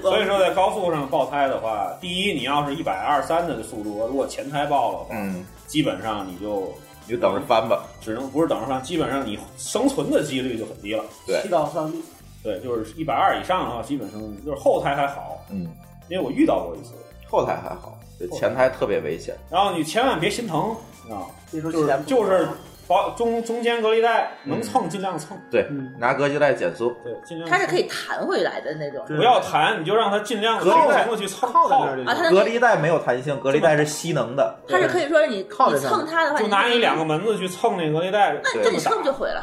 所以说，在高速上爆胎的话，第一，你要是一百二三的速度，如果前胎爆了的话，
嗯，
基本上你就
你就等着翻吧。
只能不是等着上，基本上你生存的几率就很低了。
对
气到上帝，
对，就是一百二以上的话，基本上就是后胎还好，
嗯，
因为我遇到过一次。
后台还好，对前台特别危险。
然后你千万别心疼啊，
那时候
就
气
是
量
就是
啊
保中中间隔离带能蹭尽量蹭，
对，拿隔离带减速，
对，尽量
他是可以弹回来的那种，
不要弹，你就让它尽量
隔离带
靠前过去蹭
靠在那儿就
啊，
行。
他
隔离带没有弹性，隔离带是吸能的。
他是可以说你
靠
你
着它
蹭他的话，
就拿你两个门子去蹭那隔离带，
那
这
你
么
蹭
打。
就回了。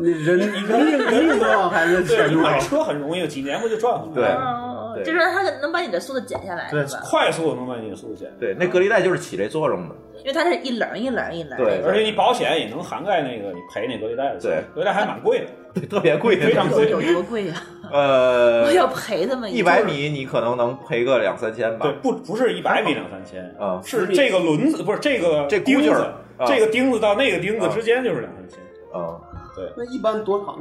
你人人命人命都要还是
对，
钱
你
多
买车很容易，几年后就赚回来。
对
哦
对
这时候他能把你的速度减下来，
对
是吧？
快速能把你的速度减，
对，那隔离带就是起这作用的。
因为他是一棱一棱一棱。
对
而且你保险也能涵盖那个你赔那隔离带的钱，
对
隔离带还蛮贵的，
对，特别贵，
非常贵
有多贵呀、
呃
我，要赔他们
一百，米你可能能赔个两三千吧
对，。不不是一百米两三千，
嗯
是这个轮子不是这个
这
钉
箍劲
子
儿啊，
这个钉子到那个钉子
啊
之间就是两三千，
嗯，
那一般多长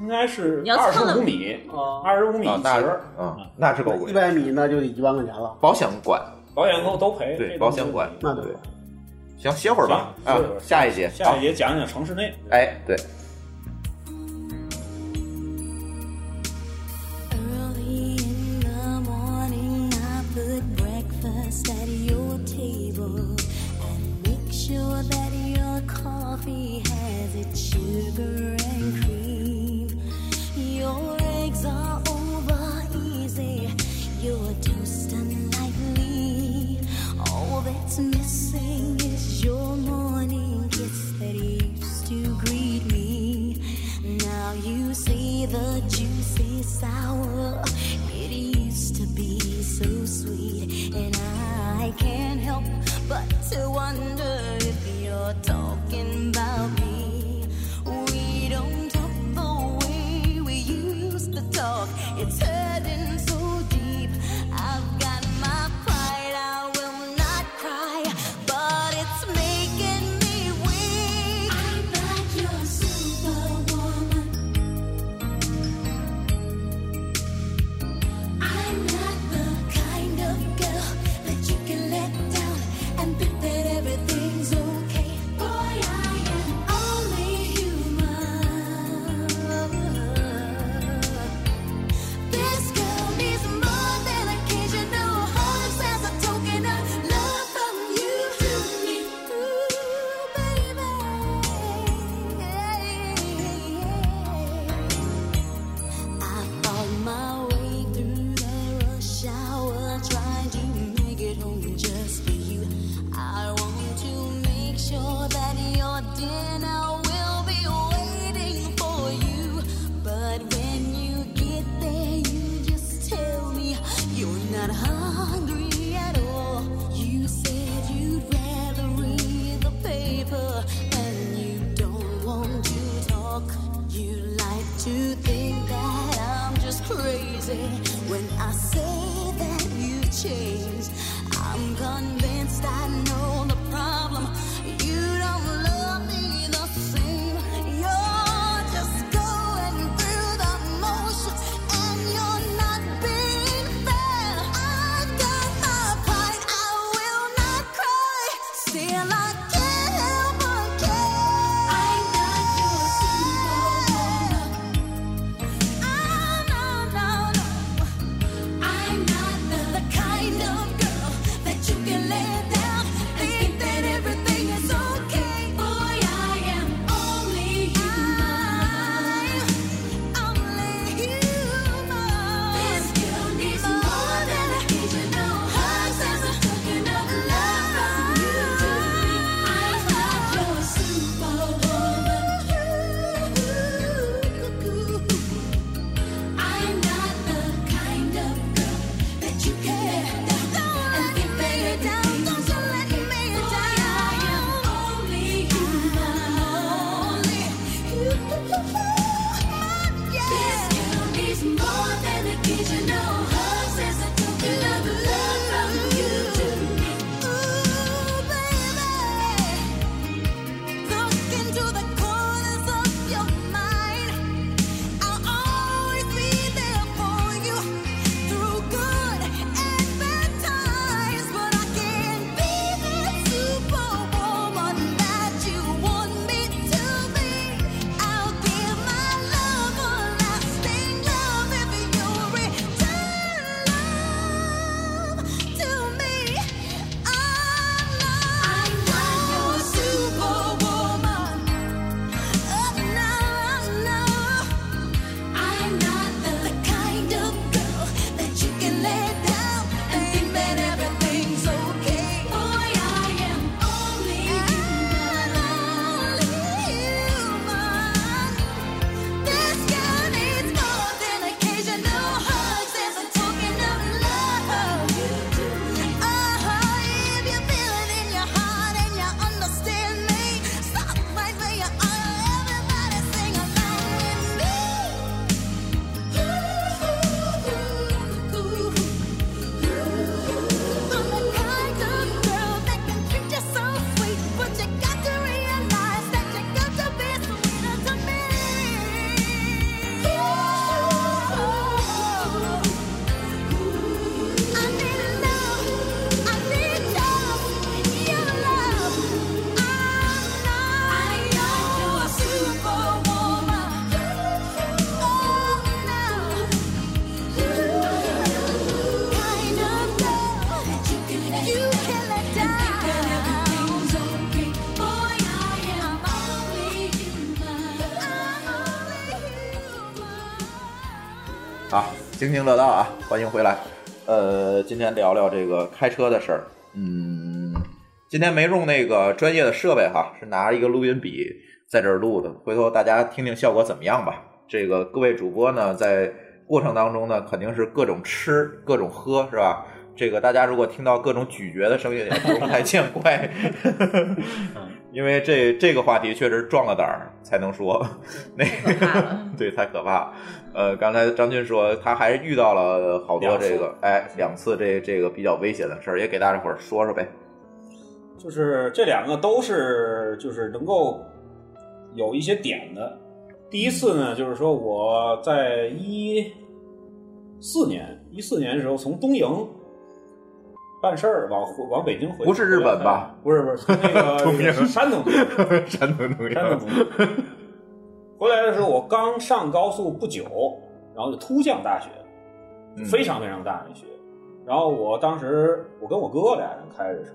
应该是
你要
二
蹭
十
的
五米，
啊？
二十五米
啊，
一
那
节儿，
嗯，那是够贵
一。百米那就一万块钱了。
保险管，
保险公司都赔，
对，
这
保
东西
险管，
那
对
对。
行，歇会儿吧，
行
啊
歇会，儿
下一节，
下一节讲讲城市内，
啊，哎，对，
Early in the morning, I put breakfast at your table and make sure that your coffee has its sugar and cream. Your eggs are over easy, your toast unlikely. All that's missing is your morning kiss that used to greet me. Now you see the juicy sour. It used to be so sweet, and I can't help but to wonder if you're talking about me. We don't talk the way we used to talk. It's hurting so deep. I've got my pride. I will not cry, but it's making me weak. I'm not your superwoman. Uh-huh,
津津乐道啊，欢迎回来。呃，今天聊聊这个开车的事儿。嗯，今天没用那个专业的设备哈，是拿一个录音笔在这儿录的。回头大家听听效果怎么样吧。这个各位主播呢，在过程当中呢，肯定是各种吃、各种喝，是吧？这个大家如果听到各种咀嚼的声音，也不用太见怪，因为这这个话题确实壮了胆儿才能说， 那个
嗯
对太可怕了。呃，刚才张军说他还是遇到了好多这个哎两次这这个比较危险的事儿，也给大家伙儿说说呗。
就是这两个都是就是能够有一些点的。第一次呢，就是说我在一四年一四年的时候从东营办事儿往回往北京回，
不是日本吧？
不是不是，那
东
个
营
山东
山东 东营
山东回来的时候，我刚上高速不久，然后就突降大学，
嗯
非常非常大那学。然后我当时我跟我哥俩人开着车，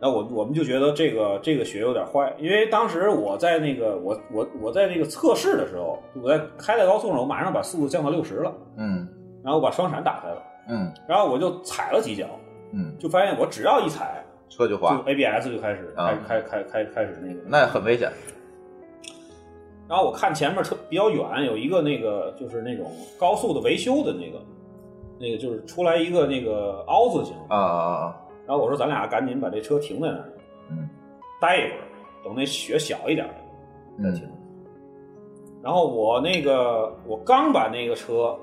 那我我们就觉得这个这个学有点坏，因为当时我在那个我我我在这个测试的时候，我在开在高速上，我马上把速度降到六十了，
嗯
然后我把双闪打开了，
嗯
然后我就踩了几脚，
嗯，
就发现我只要一踩，
车就
就
滑，
ABS 就开始开、
啊
开开开开始那个
那很危险。
然后我看前面车比较远，有一个那个就是那种高速的维修的那个，那个就是出来一个那个凹字形。
啊啊啊！
然后我说咱俩赶紧把这车停在那儿，
嗯，
待一会儿，等那雪小一点儿。
嗯
然后我那个我刚把那个车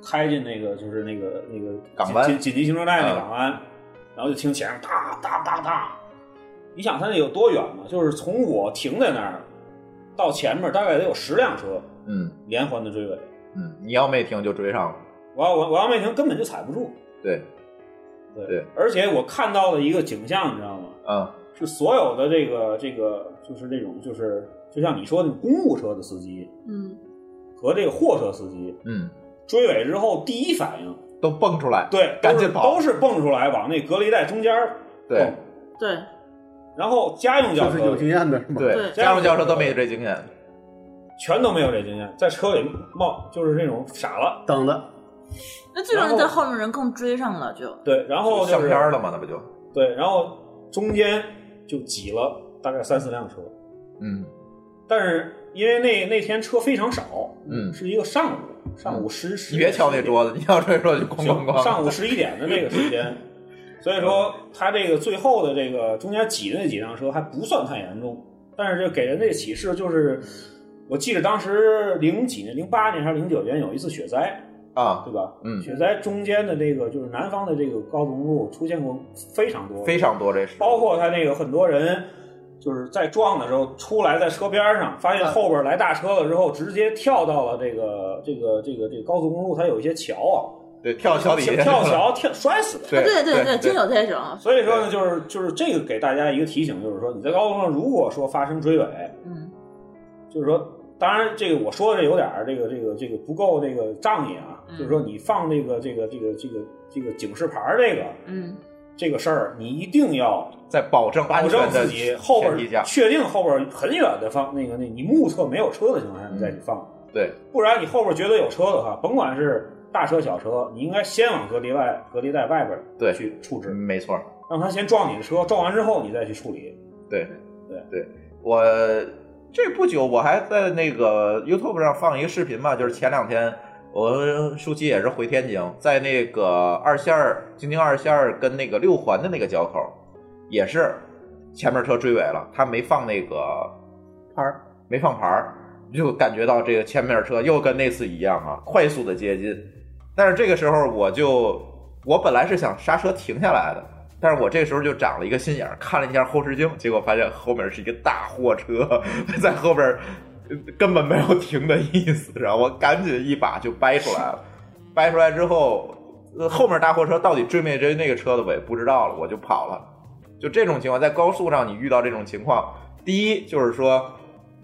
开进那个就是那个那个
港湾
紧紧急行车带那
嗯
港湾，然后就听前面哒哒哒哒，你想它那有多远吗？就是从我停在那儿到前面大概得有十辆车
嗯
连环的追尾。
嗯，你要没停就追上了，
我要我我要没停根本就踩不住。
对
对
对，
而且我看到了一个景象，你知道吗？
嗯
是所有的这个这个就是那种就是就像你说的公务车的司机
嗯，
和这个货车司机
嗯，
追尾之后第一反应，
都蹦出来，
对，
赶紧跑
都是都是蹦出来往那隔离带中间儿
对
对，
然后家用轿
就
车
是有经验的是吗？
对，家用轿车都没有这经验，
全都没有这经验，在车里冒就是那种傻了
等的，
那最容易在后面人更追上了，就
对，然后就
相
是
片儿了嘛，那不就
对，然后中间就挤了大概三四辆车，
嗯
但是因为那那天车非常少，
嗯，
是一个上午，上午十十、
你别敲那桌子，你要这说就咣咣
行
咣。
上午十一点的这个时间，所以说
嗯
他这个最后的这个中间挤的那几辆车还不算太严重，但是就给人这启示就是，我记得当时零几年、零八年还是零九年有一次雪灾，
啊，
对吧？
嗯，
雪灾中间的这个就是南方的这个高速公路出现过非常多，
非常多这是，
包括他那个很多人就是在撞的时候出来，在车边上发现
嗯
后边来大车了之后，直接跳到了这个这个这个这个高速公路，它有一些桥啊，
对，跳桥底下，
跳啊桥跳摔死的。
对
啊对
对
对，真有这种，
所以说呢，就是就是这个给大家一个提醒，就是说你在高速公路上如果说发生追尾，
嗯，
就是说，当然这个我说的这有点儿这个这个这个不够这个仗义啊，
嗯
就是说你放这个这个这个这个这个警示牌儿这个
嗯，
这个事儿，你一定要
在保证安
保证
全
自
的
己后边
前提下
儿，确定后边儿很远的放那个那你目测没有车的情况下，你再去放，
对，
不然你后边儿觉得有车的话，甭管是大车小车，你应该先往隔离外隔离带外边儿
对
去处置，
没错儿。
让他先撞你的车，撞完之后你再去处理。
对
对
对，我这不久我还在那个 YouTube 上放一个视频嘛，就是前两天我和舒淇也是回天津，在那个二线儿京津二线儿跟那个六环的那个交口，也是前面车追尾了，他没放那个牌儿，没放牌儿，就感觉到这个前面车又跟那次一样啊，快速的接近。但是这个时候我就，我本来是想刹车停下来的，但是我这时候就长了一个心眼儿，看了一下后视镜，结果发现后面是一个大货车在后边儿，呃根本没有停的意思，然后我赶紧一把就掰出来了， 掰出来之后，呃后面大货车到底追没追那个车的尾不知道了，我就跑了。就这种情况，在高速上你遇到这种情况，第一就是说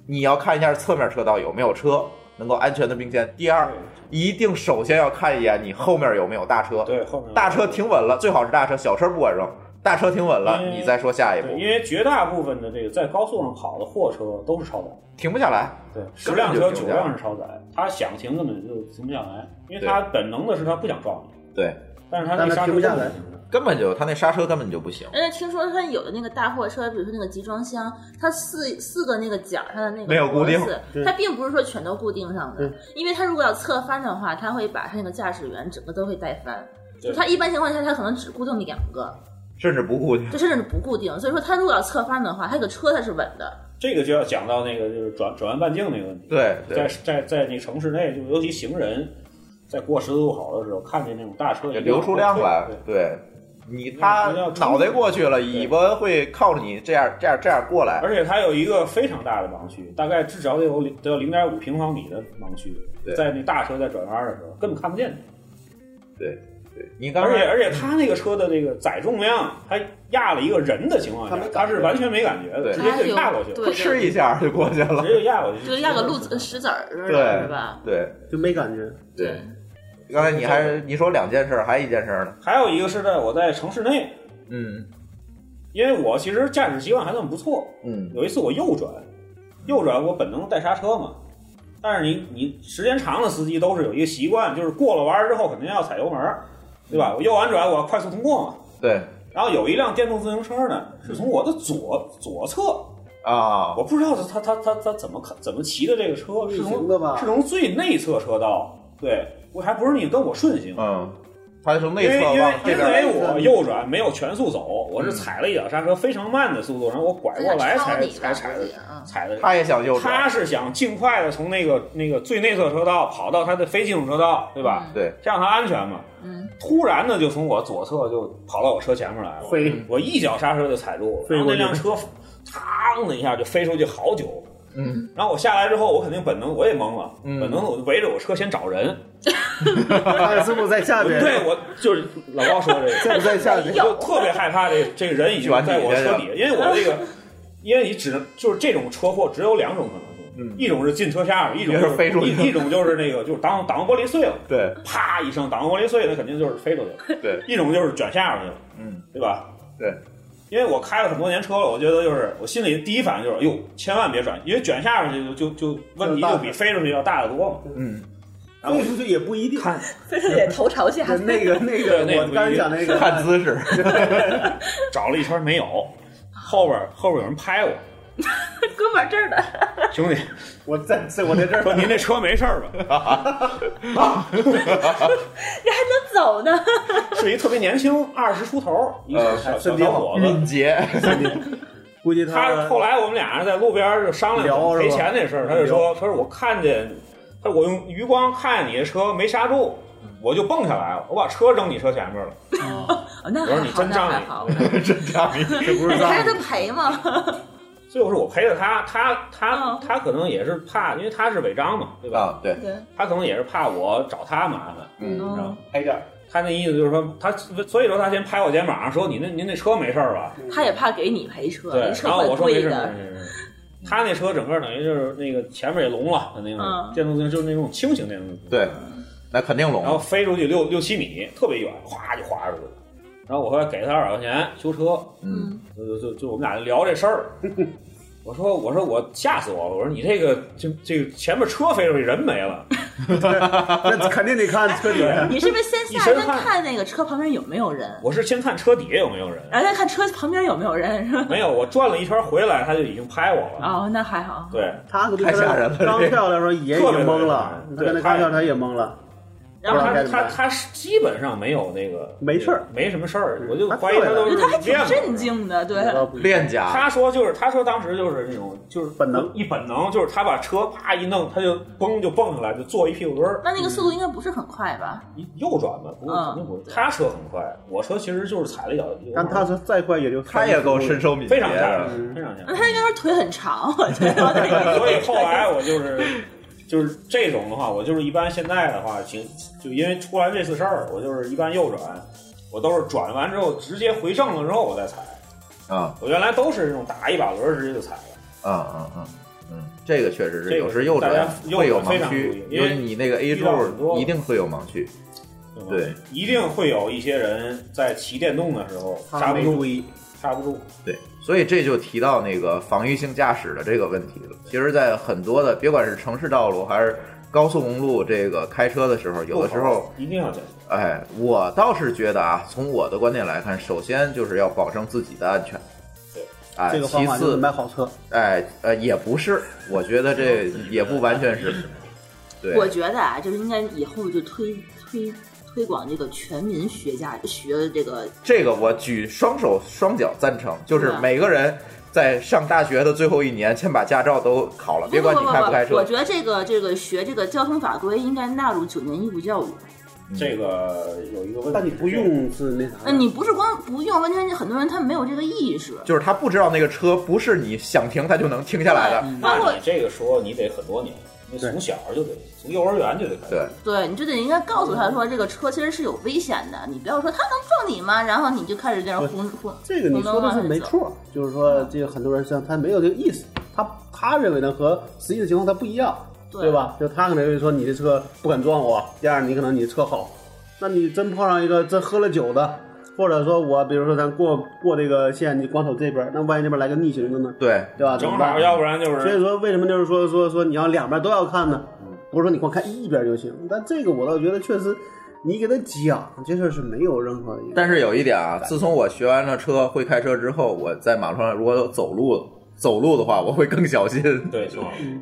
你要看一下侧面车道有没有车能够安全的并线，第二一定首先要看一眼你后面有没有大车，
对，后面
大车停稳了，最好是大车，小车不管用。大车停稳了，
嗯
你再说下一
对，
步，
因为绝大部分的这个在高速上跑的货车都是超载，
停不下来，
对，十辆车
根本就停
九
不下来
辆是超载，他想停根本就停不下来，因为他本能的是他不想撞你，
对，
但是他那刹车根本就停不
根本就他那刹车根本就不行。
而且哎听说他有的那个大货车，比如说那个集装箱，它四四个那个角儿它的那个
没有固定
脖子
对
它并不是说全都固定上的
对，
因为它如果要侧翻的话，它会把它那个驾驶员整个都会带翻。
对
就它一般情况下，它可能只固定两个，
甚至不 固定
就。甚至不固定。所以说，它如果要侧翻的话，它这个车它是稳的。
这个就要讲到那个就是转转弯半径那个问题。
对
在在在那个城市内，就尤其行人在过十字路口的时候，看见那种大车也
留出量来
对，
对你他脑袋过去了，尾巴会靠着你这样这样这样过来。
而且它有一个非常大的盲区，大概至少得有得有零点五平方米的盲区，在那大车在转弯的时候根本看不见你。
对对，你
而且而且它那个车的这个载重量，它压了一个人的情况下，它是完全没感觉的，直接就压过去了，
对对
一下就过去了，
直接就压过去
就
了。
压个路子呃石子儿似的，
对
是吧？？
对，
就没感觉。
对，刚才你还你说两件事，还一件事呢。
还有一个是在我在城市内，
嗯
因为我其实驾驶习惯还算不错，
嗯
有一次我右转，右转我本能带刹车嘛，但是你你时间长了，司机都是有一个习惯，就是过了弯儿之后肯定要踩油门儿，对吧？我右完转我要快速通过嘛。
对，
然后有一辆电动自行车呢，是从我的左左侧
啊，
我不知道他他他他怎么看怎么骑的这个车，是从
行的吧
是从最内侧车道，对我还不是你跟我顺行，
嗯，他从内
因为
侧
因为
往这边嗯
因为我右转没有全速走，我是踩了一脚刹车，非常慢的速度，然后我拐过来
他想超
才
你
才踩的
嗯
踩的。
他也想右转
他是想尽快的从那个那个最内侧车道跑到他的非机动车道，对吧？
对，
这样他安全嘛。
嗯，
突然呢，就从我左侧就跑到我车前面来了，我一脚刹车就踩住，
飞
然后
过
那
去
辆车，嘡的一下就飞出去好久。
嗯，
然后我下来之后，我肯定本能我也懵了，本能我就围着我车先找人。
他是不在下边？
对，我就是老高说这个，
在不在下边
就特别害怕这这个人已经在我车底下，因为我这个，因为你只能就是这种车祸只有两种可能性，
嗯
一种是进车下边，一种
一
就
个
是
是飞出去
一一种就是那个就是挡挡风玻璃碎了，
对，
啪一声挡风玻璃碎，那肯定就是飞出去了。
对，
一种就是卷下边去了，
嗯，
对吧？
对，
因为我开了很多年车了，我觉得就是我心里第一反应就是，哟，千万别转，因为卷下边去就就就问题就比飞出去要大得多嘛。
嗯，
然后
飞出去也不一定，
非是得头朝下。
那个那个，我刚才讲那个
看姿 势，
找了一圈没有，后边后边有人拍我，
哥们儿这儿的，
兄弟，
我在这我在这儿
说您这车没事 儿吧？
你还能走呢？
是一特别年轻，二十出头，一
呃
个小小小伙
嗯
子，
敏捷，
估计
他后来我们俩人在路边就商量
聊是吧
赔钱那事儿，他就说：“他说我看见，他说我用余光看见你的车没刹住，我就蹦下来了，我把车扔你车前面了。
哦那
我说
还
你
好，
真
那
仗
还好。
义，
真仗义，
这不
你还让他赔吗？
所以我说我赔了他，他
嗯
他他可能也是怕，因为他是违章嘛，对吧？
啊对
对，
他可能也是怕我找他麻烦，
嗯
你知道吗？
拍点
他那意思就是说，他所以说他先拍我肩膀说：“你那您那车没事儿吧？”
他也怕给你赔车，
对
你，车
然后
很
我说没
贵
事没
的
事。没事。他那车整个等于就是那个前面也聋了的那种
嗯
电动自行车，就是那种轻型电动自行车，
对，那肯定
然后
聋，
飞出去六六七米，特别远，哗就滑出去了。然后我后来给他二百块钱修车，
嗯，
就就就就我们俩就聊这事儿。我说我说我吓死我了，我说你这个这这个前面车飞出去人没了，
那肯定得看车底下。
你是不是先
一
下
身
先
汗
看那个车旁边有没有人，
我是先看车底下有没有人，
然后再看车旁边有没有人，是吧？
没有，我转了一圈回来他就已经拍我了，
哦，那还好。
对，
他可
太吓人了
刚跳的时候也已经懵了，他
特别吓人
跟那刚跳他也懵了，
然后
不知
他
道该怎么
他
办
他是基本上没有那个
没事儿，嗯
没什么事儿，我就
他
怀疑
过来
他
了
都是
他还挺
练的
震惊的，对，
练家，
嗯他说就是他说当时就是那种就是
本能
一本能，就是他把车啪一弄，他就嘣就蹦下来，就坐一屁股墩儿。
那那个速度应该不是很快吧？
一右转吧，
嗯
不过肯定不是。他车很快，我车其实就是踩了一脚，
但他说再快也就
他也够身手敏捷
非常吓
的，
人，非常吓人。
那他应该是腿很长，我 觉得。
所以后来我就是 就是这种的话，我就是一般现在的话，行，就因为出完这次事儿，我就是一般右转，我都是转完之后直接回正了之后我再踩。
啊
我原来都是那种打一把轮儿直接就踩了。
啊啊啊。嗯，这个确实是，
这个
有时右
大
转
家
会有
右转非
盲
常
区
注，
因
意因为
为你那个 A
遇到很
柱
多
一定会有盲区。
对吧
对
一定会有一些人在骑电动的时候刹不
没
住
注，意，
刹不住。
对，所以这就提到那个防御性驾驶的这个问题了。其实，在很多的，别管是城市道路还是高速公路这个开车的时候，有的时候
一定要这样。
哎，我倒是觉得啊，从我的观点来看，首先就是要保证自己的安全。哎，
这个方
其
法就是
次
买好车。
哎呃也不是，我觉得 这也不完全是。对，
我觉得啊，就是应该以后就推推推广这个全民学驾学这个
这个我举双手双脚赞成，就是
是吧
每个人在上大学的最后一年，先把驾照都考了，别管你开
不
开
不不，我
车
觉。得这个这个学这个交通法规应该纳入九年义务教育。
嗯
这个有一个问题，
但你不用是那啥，
那呃你不是光不用，问题是很多人他没有这个意识。
就是他不知道那个车不是你想停他就能停下来
哎
的，
那你这个说你得很多年，你从小就得从幼儿园就得开始。
对，
对，你就得应该告诉他说，这个车其实是有危险的，你不要说他能撞你吗？然后你就开始在那儿轰轰。
这个你说的是没错，就是
嗯
说这个很多人像他没有这个意识，他他认为呢和实际的情况他不一样，
对
对吧？就他可能会说你的车不敢撞我，第二你可能你车好，那你真碰上一个真喝了酒的，或者说我比如说咱过过这个线，你光瞅这边，那万一那边来个逆行的呢？
对
对吧？怎
正
么办
好，要不然就是
所以说为什么就是说说说你要两边都要看呢？不是说你光看一边就行，但这个我倒觉得确实，你给他讲这事儿是没有任何的一个。
但是有一点啊，自从我学完了车会开车之后，我在马路上如果走路走路的话，我会更小心。
对，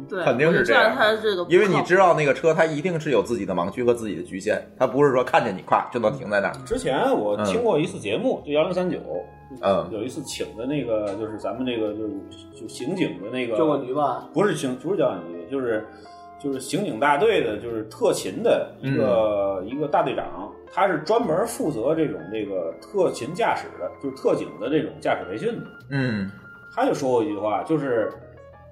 对，
肯定
我
是
就
这
知
样
道他这个不靠谱，
因为你知道那个车它一定是有自己的盲区和自己的局限，它不是说看见你咵就能停在那儿。
之前我听过一次节目，就幺零三九，
嗯
有一次请的那个就是咱们这个就是就刑警的那个
交管局吧，
不是刑不是交管局，就是就是刑警大队的，就是特勤的一个、一个大队长，他是专门负责这种这个特勤驾驶的，就是特警的这种驾驶培训的。
嗯，
他就说过一句话，就是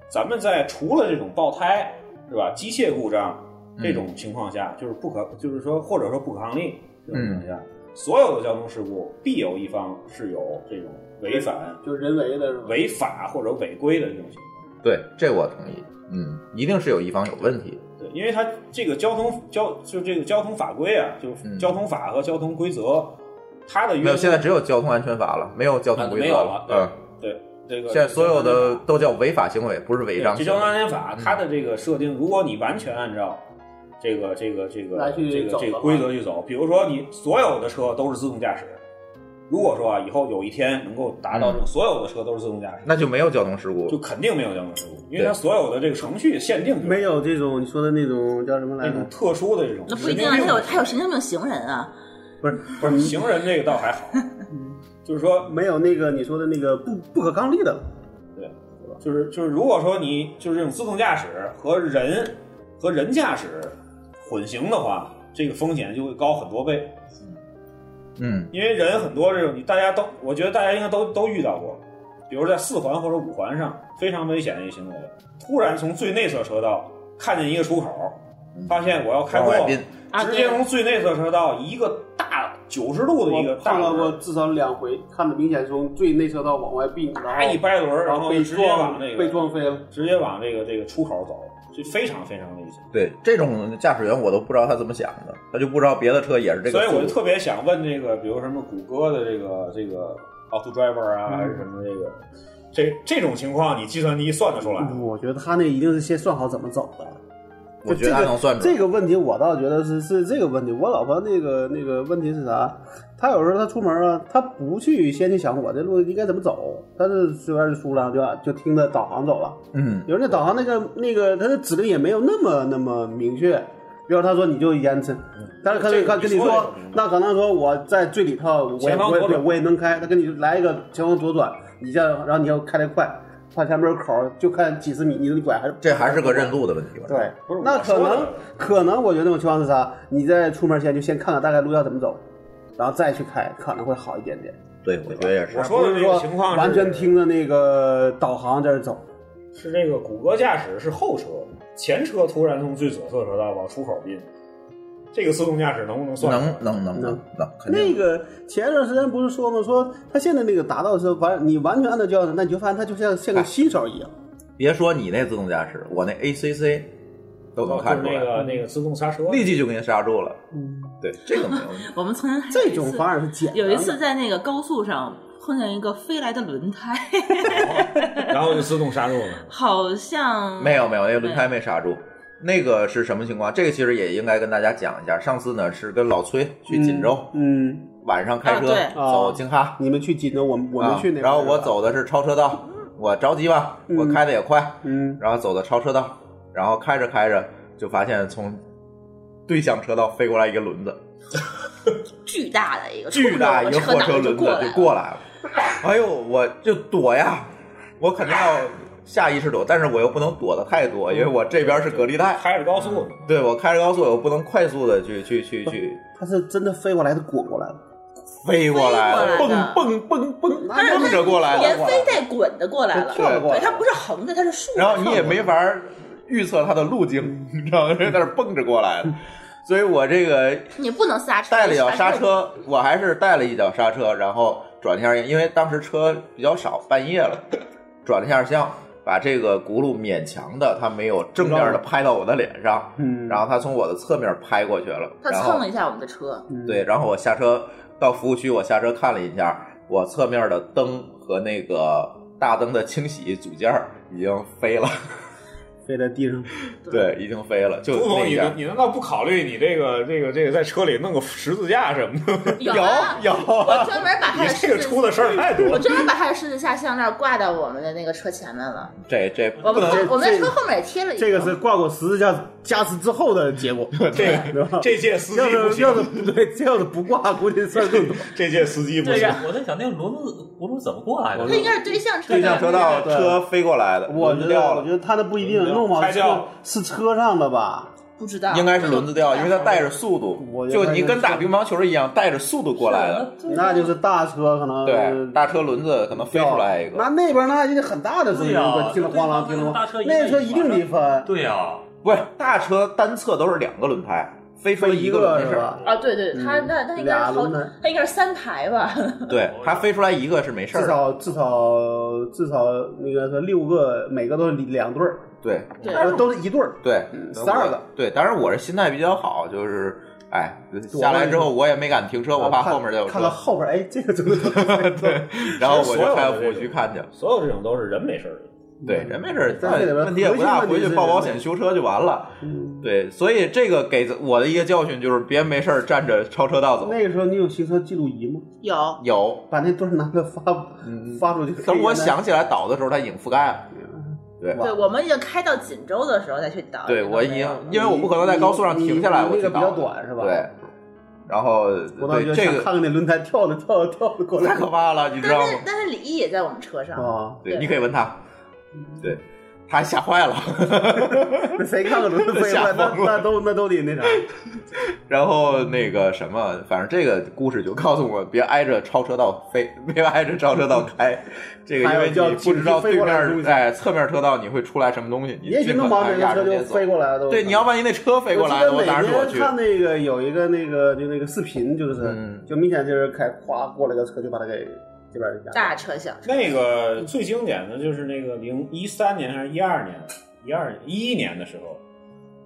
咱们在除了这种爆胎是吧，机械故障这种情况下，就是不可，就是说或者说不可抗力这种情况下，所有的交通事故必有一方是有这种违反、
就是人为的是吧？
违法或者违规的这种情况。
对，这我同意。嗯，一定是有一方有问题。
对，因为它这个交通交就这个交通法规啊，就是交通法和交通规则，它的约
嗯没有，
束
现在只有交通安全法了，没有交通规
没
则
有了。对、
嗯，
对，这个
现在所有的都叫违法行为，不是违章
这
行
交通
为。
安全法它的这个设定，如果你完全按照这个这个这
来
个
去
这个
走
这
的
个
话
规则去走，比如说你所有的车都是自动驾驶，如果说啊以后有一天能够达
嗯
到这种所有的车都是自动驾驶，
那就没有交通事故。
就肯定没有交通事故，因为
对
它所有的这个程序限定
没有这种你说的那种叫什么来
那种
着？
特殊的这种
那不
神
一定
经
啊，他
病
有他有神经病行人啊，
不是
不是行人这个倒还好，
嗯
就是说
没有那个你说的那个不不可抗力的了，
对，就是就是，如果说你就是这种自动驾驶和人和人驾驶混行的话，这个风险就会高很多倍。
嗯，
因为人很多这种，你大家都，我觉得大家应该都都遇到过，比如在四环或者五环上非常危险的一个行为，突然从最内侧车道看见一个出口，
嗯
发现我要开
往
过
外，宾。
啊
直接
对
从最内侧车道一个大九十度的一个
我
大
看到
轮
过
儿，
至少两回，看着明显从最内车道往外并，然
啪
后
一掰轮儿，
然
然
后
后
被
直接
撞
往那个
被撞飞了。
直接往这个这个出口走，这非常非常危险。
对，这种驾驶员我都不知道他怎么想的，他就不知道别的车也是这个
所
思
以
路。
我就特别想问这个，比如什么谷歌的这个这个 Auto Driver 啊，还是什么这个，这这种情况你计算机算得出来吗？
我觉得他那一定是先算好怎么走的。
我觉得他能算出来
这个。这个问题我倒觉得是是这个问题。我老婆那个那个问题是啥？她有时候她出门啊，她不去先去想我这路应该怎么走，她是随便就出了，就就听着导航走了。
嗯，
有人导航那个那个他的指令也没有那么那么明确，比如他说你就延迟，但是他
嗯这
他
个
跟
你
你
说的
说，那可能说我在最里头，我也
前方
我也
左转
对我也能开，他跟你来一个前方左转，你这样然后你要开得快，快前面有口就看几十米，你拐还是
这还是个认路的问题吧？
对，
不是
那
我
可
说的
能可能我觉得那种情况是啥？你在出门前就先看看大概路要怎么走，然后再去开，可能会好一点点。
对，我觉得也是
我。说
而
的
不
这
是
个
说
情况是
完全听着那个导航在这走。
是这个谷歌驾驶是后车，前车突然从最左侧车道往出口进，这个自动驾驶能不能算？
能能能能能，肯定
嗯那个前一段时间不是说吗？说他现在那个达到的时候，完你完全按照教程，那你就发现它就像像个新手一样。
别说你那自动驾驶，我那 ACC 都能看
哦就是
出来，
那个那个自动刹车，
立即就给你刹住了。
嗯，
对，这个 没有问题。
我们曾经还有一次
这种反而是简单的。
有一次在那个高速上碰见一个飞来的轮胎，
然后就自动刹住了。
好像
嗯
没有没有，那个轮胎没刹住，那个是什么情况？这个其实也应该跟大家讲一下。上次呢是跟老崔去锦州，
嗯，
晚上开车、
啊对
走京哈，啊
你们去锦州，我们我们去那边
然后我走的是超车道，我着急吧，我开的也快，
嗯，
然后走的超车道，然后开着开着就发现从对向车道飞过来一个轮子，
巨大的一个
巨大一个
冲着
货
我
车
车
轮子
脑
就
就
过
来了，
来了，哎呦，我就躲呀，我肯定要下意识躲，但是我又不能躲得太多，因为我这边是隔离带，
嗯
开着高速，
对我开着高速，我不能快速的去去去去
他是真的飞过来，他滚过来了，
飞过来了，
飞过来
蹦
的
蹦蹦蹦
啊它是
蹦着过来
连
了，
飞带滚的过来了，
对
对，它不是横着，它是竖着。
然后你也没法儿预测它的路径，你知道吗？在那儿蹦着过来了，所以我这个
你不能刹车，
带了一脚刹
车
车，我还是带了一脚刹车，然后转了一下向，因为当时车比较少，半夜了，转了一下向，把这个轱辘勉强的，它没有正面的拍到我的脸上，
嗯，
然后它从我的侧面拍过去了，
它
然
蹭
后
了一下我们的车，
嗯
对，然后我下车到服务区，我下车看了一下，我侧面的灯和那个大灯的清洗组件儿已经飞了，
飞在地上，
对，已经飞了，就
朱总，
嗯那一
你
下
难。你难道不考虑你这个这个这个在车里弄个十字架什么的？
有 啊
有
我专门把它
你
哎
的
这个
十字
出的事儿太多
我
了。
专门把它的十字架项链挂到我们的那个车前面了。
这这
我们
这
我们的
这
车后面也贴了一
这个是挂过十字架加持之后的结果。
这
对吧
这届司机
要
不
是
行
要是不对，这要是不挂，估计事儿更多。
这届司机不
对
行
呀，，我在想那个轮子轱辘怎么过来的？
它应该是对向车
对向车道
对
车飞过来的，
我
轮
觉
子
得
掉，了
我觉。得他那不一定，弄往
开掉
车
了
是车上的吧？
不知道
应该是轮子掉，因为它带着速度
我，觉得
就
它
你
应该
跟
是
打乒乓球一样，带着速度过来的。
那就是大车可能
对，大车轮子可能飞出来一
那
个。
那边那就很大的声音，
对呀
我听着咣啷，听着
大车
咣啷，
一定
那车一定得翻，
对呀，
不是，大车单侧都是两个轮胎，飞出
飞
一
一
个
个
轮
是
子
吧？
啊，对对，它
嗯
那那应该是
俩
好
轮胎，
它应该是三排 吧？
对，它飞出来一个是没事
至
儿的。
少至少至少那个说六个，每个都是两对儿，
对
对，
哎
呃都是一对儿。
对，
12个嗯
我。对，当然我这心态比较好，就是哎，下来之后我也没敢停车，我怕后面有
呃看看到
车。
后边，哎，这个怎么 对，
然后我
所有
就
的
开
这
服务
种
区看去了。
所有这种都是人没事儿。
对，人没事儿，
嗯在这里边
问题也不大，
核心问
回
题
去
是
报
人
保
类嗯
险修车就完了。对，所以这个给我的一个教训就是，别没事儿站着超车道走。
那个时候你有行车记录仪吗？
有
有，
把那对儿拿着发
嗯
发出去。
等我想起来倒的时候，它已经覆盖了。对
对，我们已经开到锦州的时候再去倒。
对，我已
没
经
有，
因为我不可能在高速上停下来，
你
我
你
去
那个比
倒。
较短是吧？
对，，然后
我倒觉
对
得
这
想
个
看看那轮胎跳的跳的跳的过来
太可怕了，你知道
但
吗
是？但是李毅也在我们车上，
啊！
对，
对
你可以问他。
嗯
对，他吓坏了。
那谁看看轮胎飞过来，
吓
那
疯了
那都那都得那啥。
然后那个什么，反正这个故事就告诉我，别挨着超车道飞， 别挨着超车道开。这个因为你不知道对面哎侧面车道你会出来什么东西， 你
也许
尽可
弄
能
完
还
每
是
个
压着
车
节
就
奏
飞。过来了都。
对，你要万一那车飞过来了，我
我记得
哪
每
是我
年
去？
看那个有一个那个就那个视频，就是、
嗯
就明显就是开哗过来个车就把他给这边一下。
大车小车，
那个最经典的就是那个零一三年还是一二年，一二一一年的时候，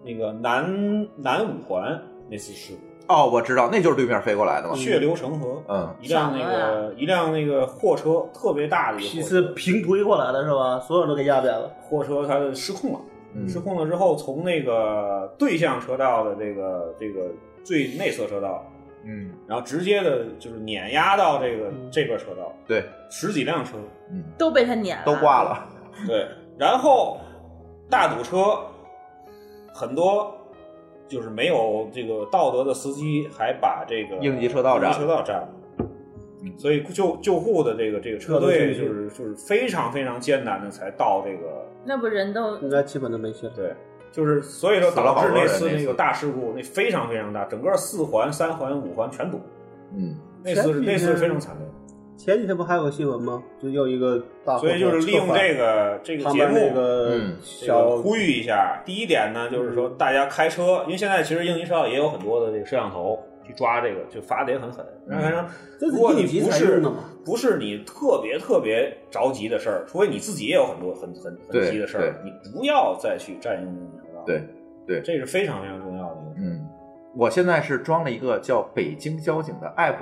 那个南南五环那次事故，
哦，我知道，那就是对面飞过来的
哦
嘛。
血流成河，
嗯，
一辆那
什
个一辆那个货车特别大的一
皮
个货
是
车，
平推过来的是吧？所有人都给压扁了。
货车它失控了，
嗯
失控了之后从那个对向车道的这个这个最内侧车道，
嗯，
然后直接的就是碾压到这个这边车道，
对，
十几辆车，
都被他撵了，
都挂了。
对，然后大堵车，很多就是没有这个道德的司机，还把这个
应急车道占嗯
应急车道占了。所以救救护的这个这个车队就是就是非常非常艰难的才到这个
那不人都
应该基本都没戏了。
对，就是所以说
死了
导
好
致
多人
那次
那次
那个大事故那非常非常大，整个四环、三环、五环全堵，
嗯，
那次是
前几天
那次是非常惨烈的。
前几天不还有个新闻吗？就又一个大货车
所以就是利用
侧翻
这个这个
旁
节
边
目
那个
嗯
这个
小
呼吁一下，第一点呢，就是说大家开车，因为现在其实应急车道也有很多的这个摄像头去抓这个，就罚的也很狠。然后反正
这是
如果你
应急
不
才
是
用的嘛
不是你特别特别着急的事儿，除非你自己也有很多很很很
对
急的事儿，你不要再去占用应急车道。
对对
这是非常非常重要的一个。
嗯，我现在是装了一个叫北京交警的 app，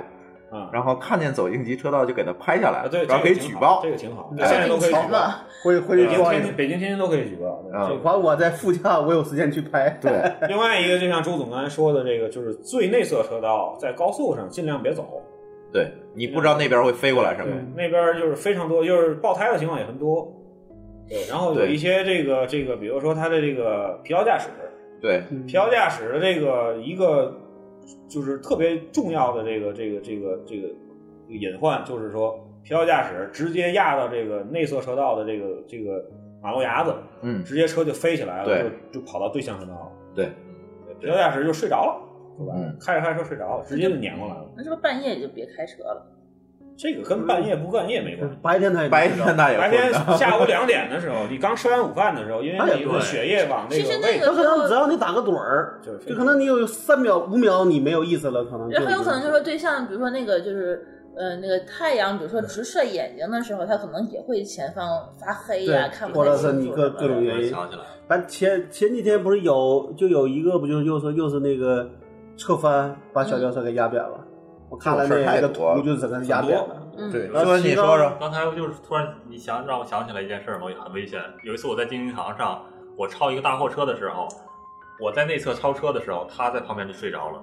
然后看见走应急车道就给他拍下来，
啊对，
然后可以举报，
这个挺好，
哎
现在都可以举报，
会
北
会
京、
抓
天津、北京、天津都可以举报。对这个
反正我在副驾，我有时间去拍。
对，
另外一个，就像朱总刚才说的，这个就是最内侧车道，在高速上尽量别走。
对你不知道那边会飞过来什么。
那边儿就是非常多，就是爆胎的情况也很多。对，然后有
对
一些这个这个，比如说他的这个疲劳驾驶，
对，
疲
嗯
劳驾驶的这个一个就是特别重要的这个这个这个这个隐患，就是说疲劳驾驶直接压到这个内侧车道的这个这个马路牙子，
嗯
直接车就飞起来了
对，
就就跑到对向车道了。
对，
疲劳驾驶就睡着了，对吧
嗯？
开着开着车睡着了，直接就碾过来了。
那是不是半夜也就别开车了？
这个跟半夜不半夜没关系。
白天他也白
天那也
白
哎
天下午两点的时候，你刚吃完午饭的时候，因为你的血液往那个胃，
他可能只要你打个盹儿，就可能你有三秒五秒你没有意思了，可能
也很有可能就是说对象，比如说那个就是呃那个太阳，比如说直射眼睛的时候，它可能也会前方发黑呀、看
对，
不
或
太
者是
清
你
楚。
各各种原因
哎想起来。
咱前前几天不是有就有一个不就是又说又是那个侧翻把
嗯
小轿车给压扁了，我看了
这种事儿
那个
太多了
图就是整个压扁了。
嗯
对，
然后
所以你
其中
说说，
刚才就是突然你想让我想起来一件事儿嘛，也很危险。有一次我在京银行上，我超一个大货车的时候，我在内侧超车的时候，他在旁边就睡着了，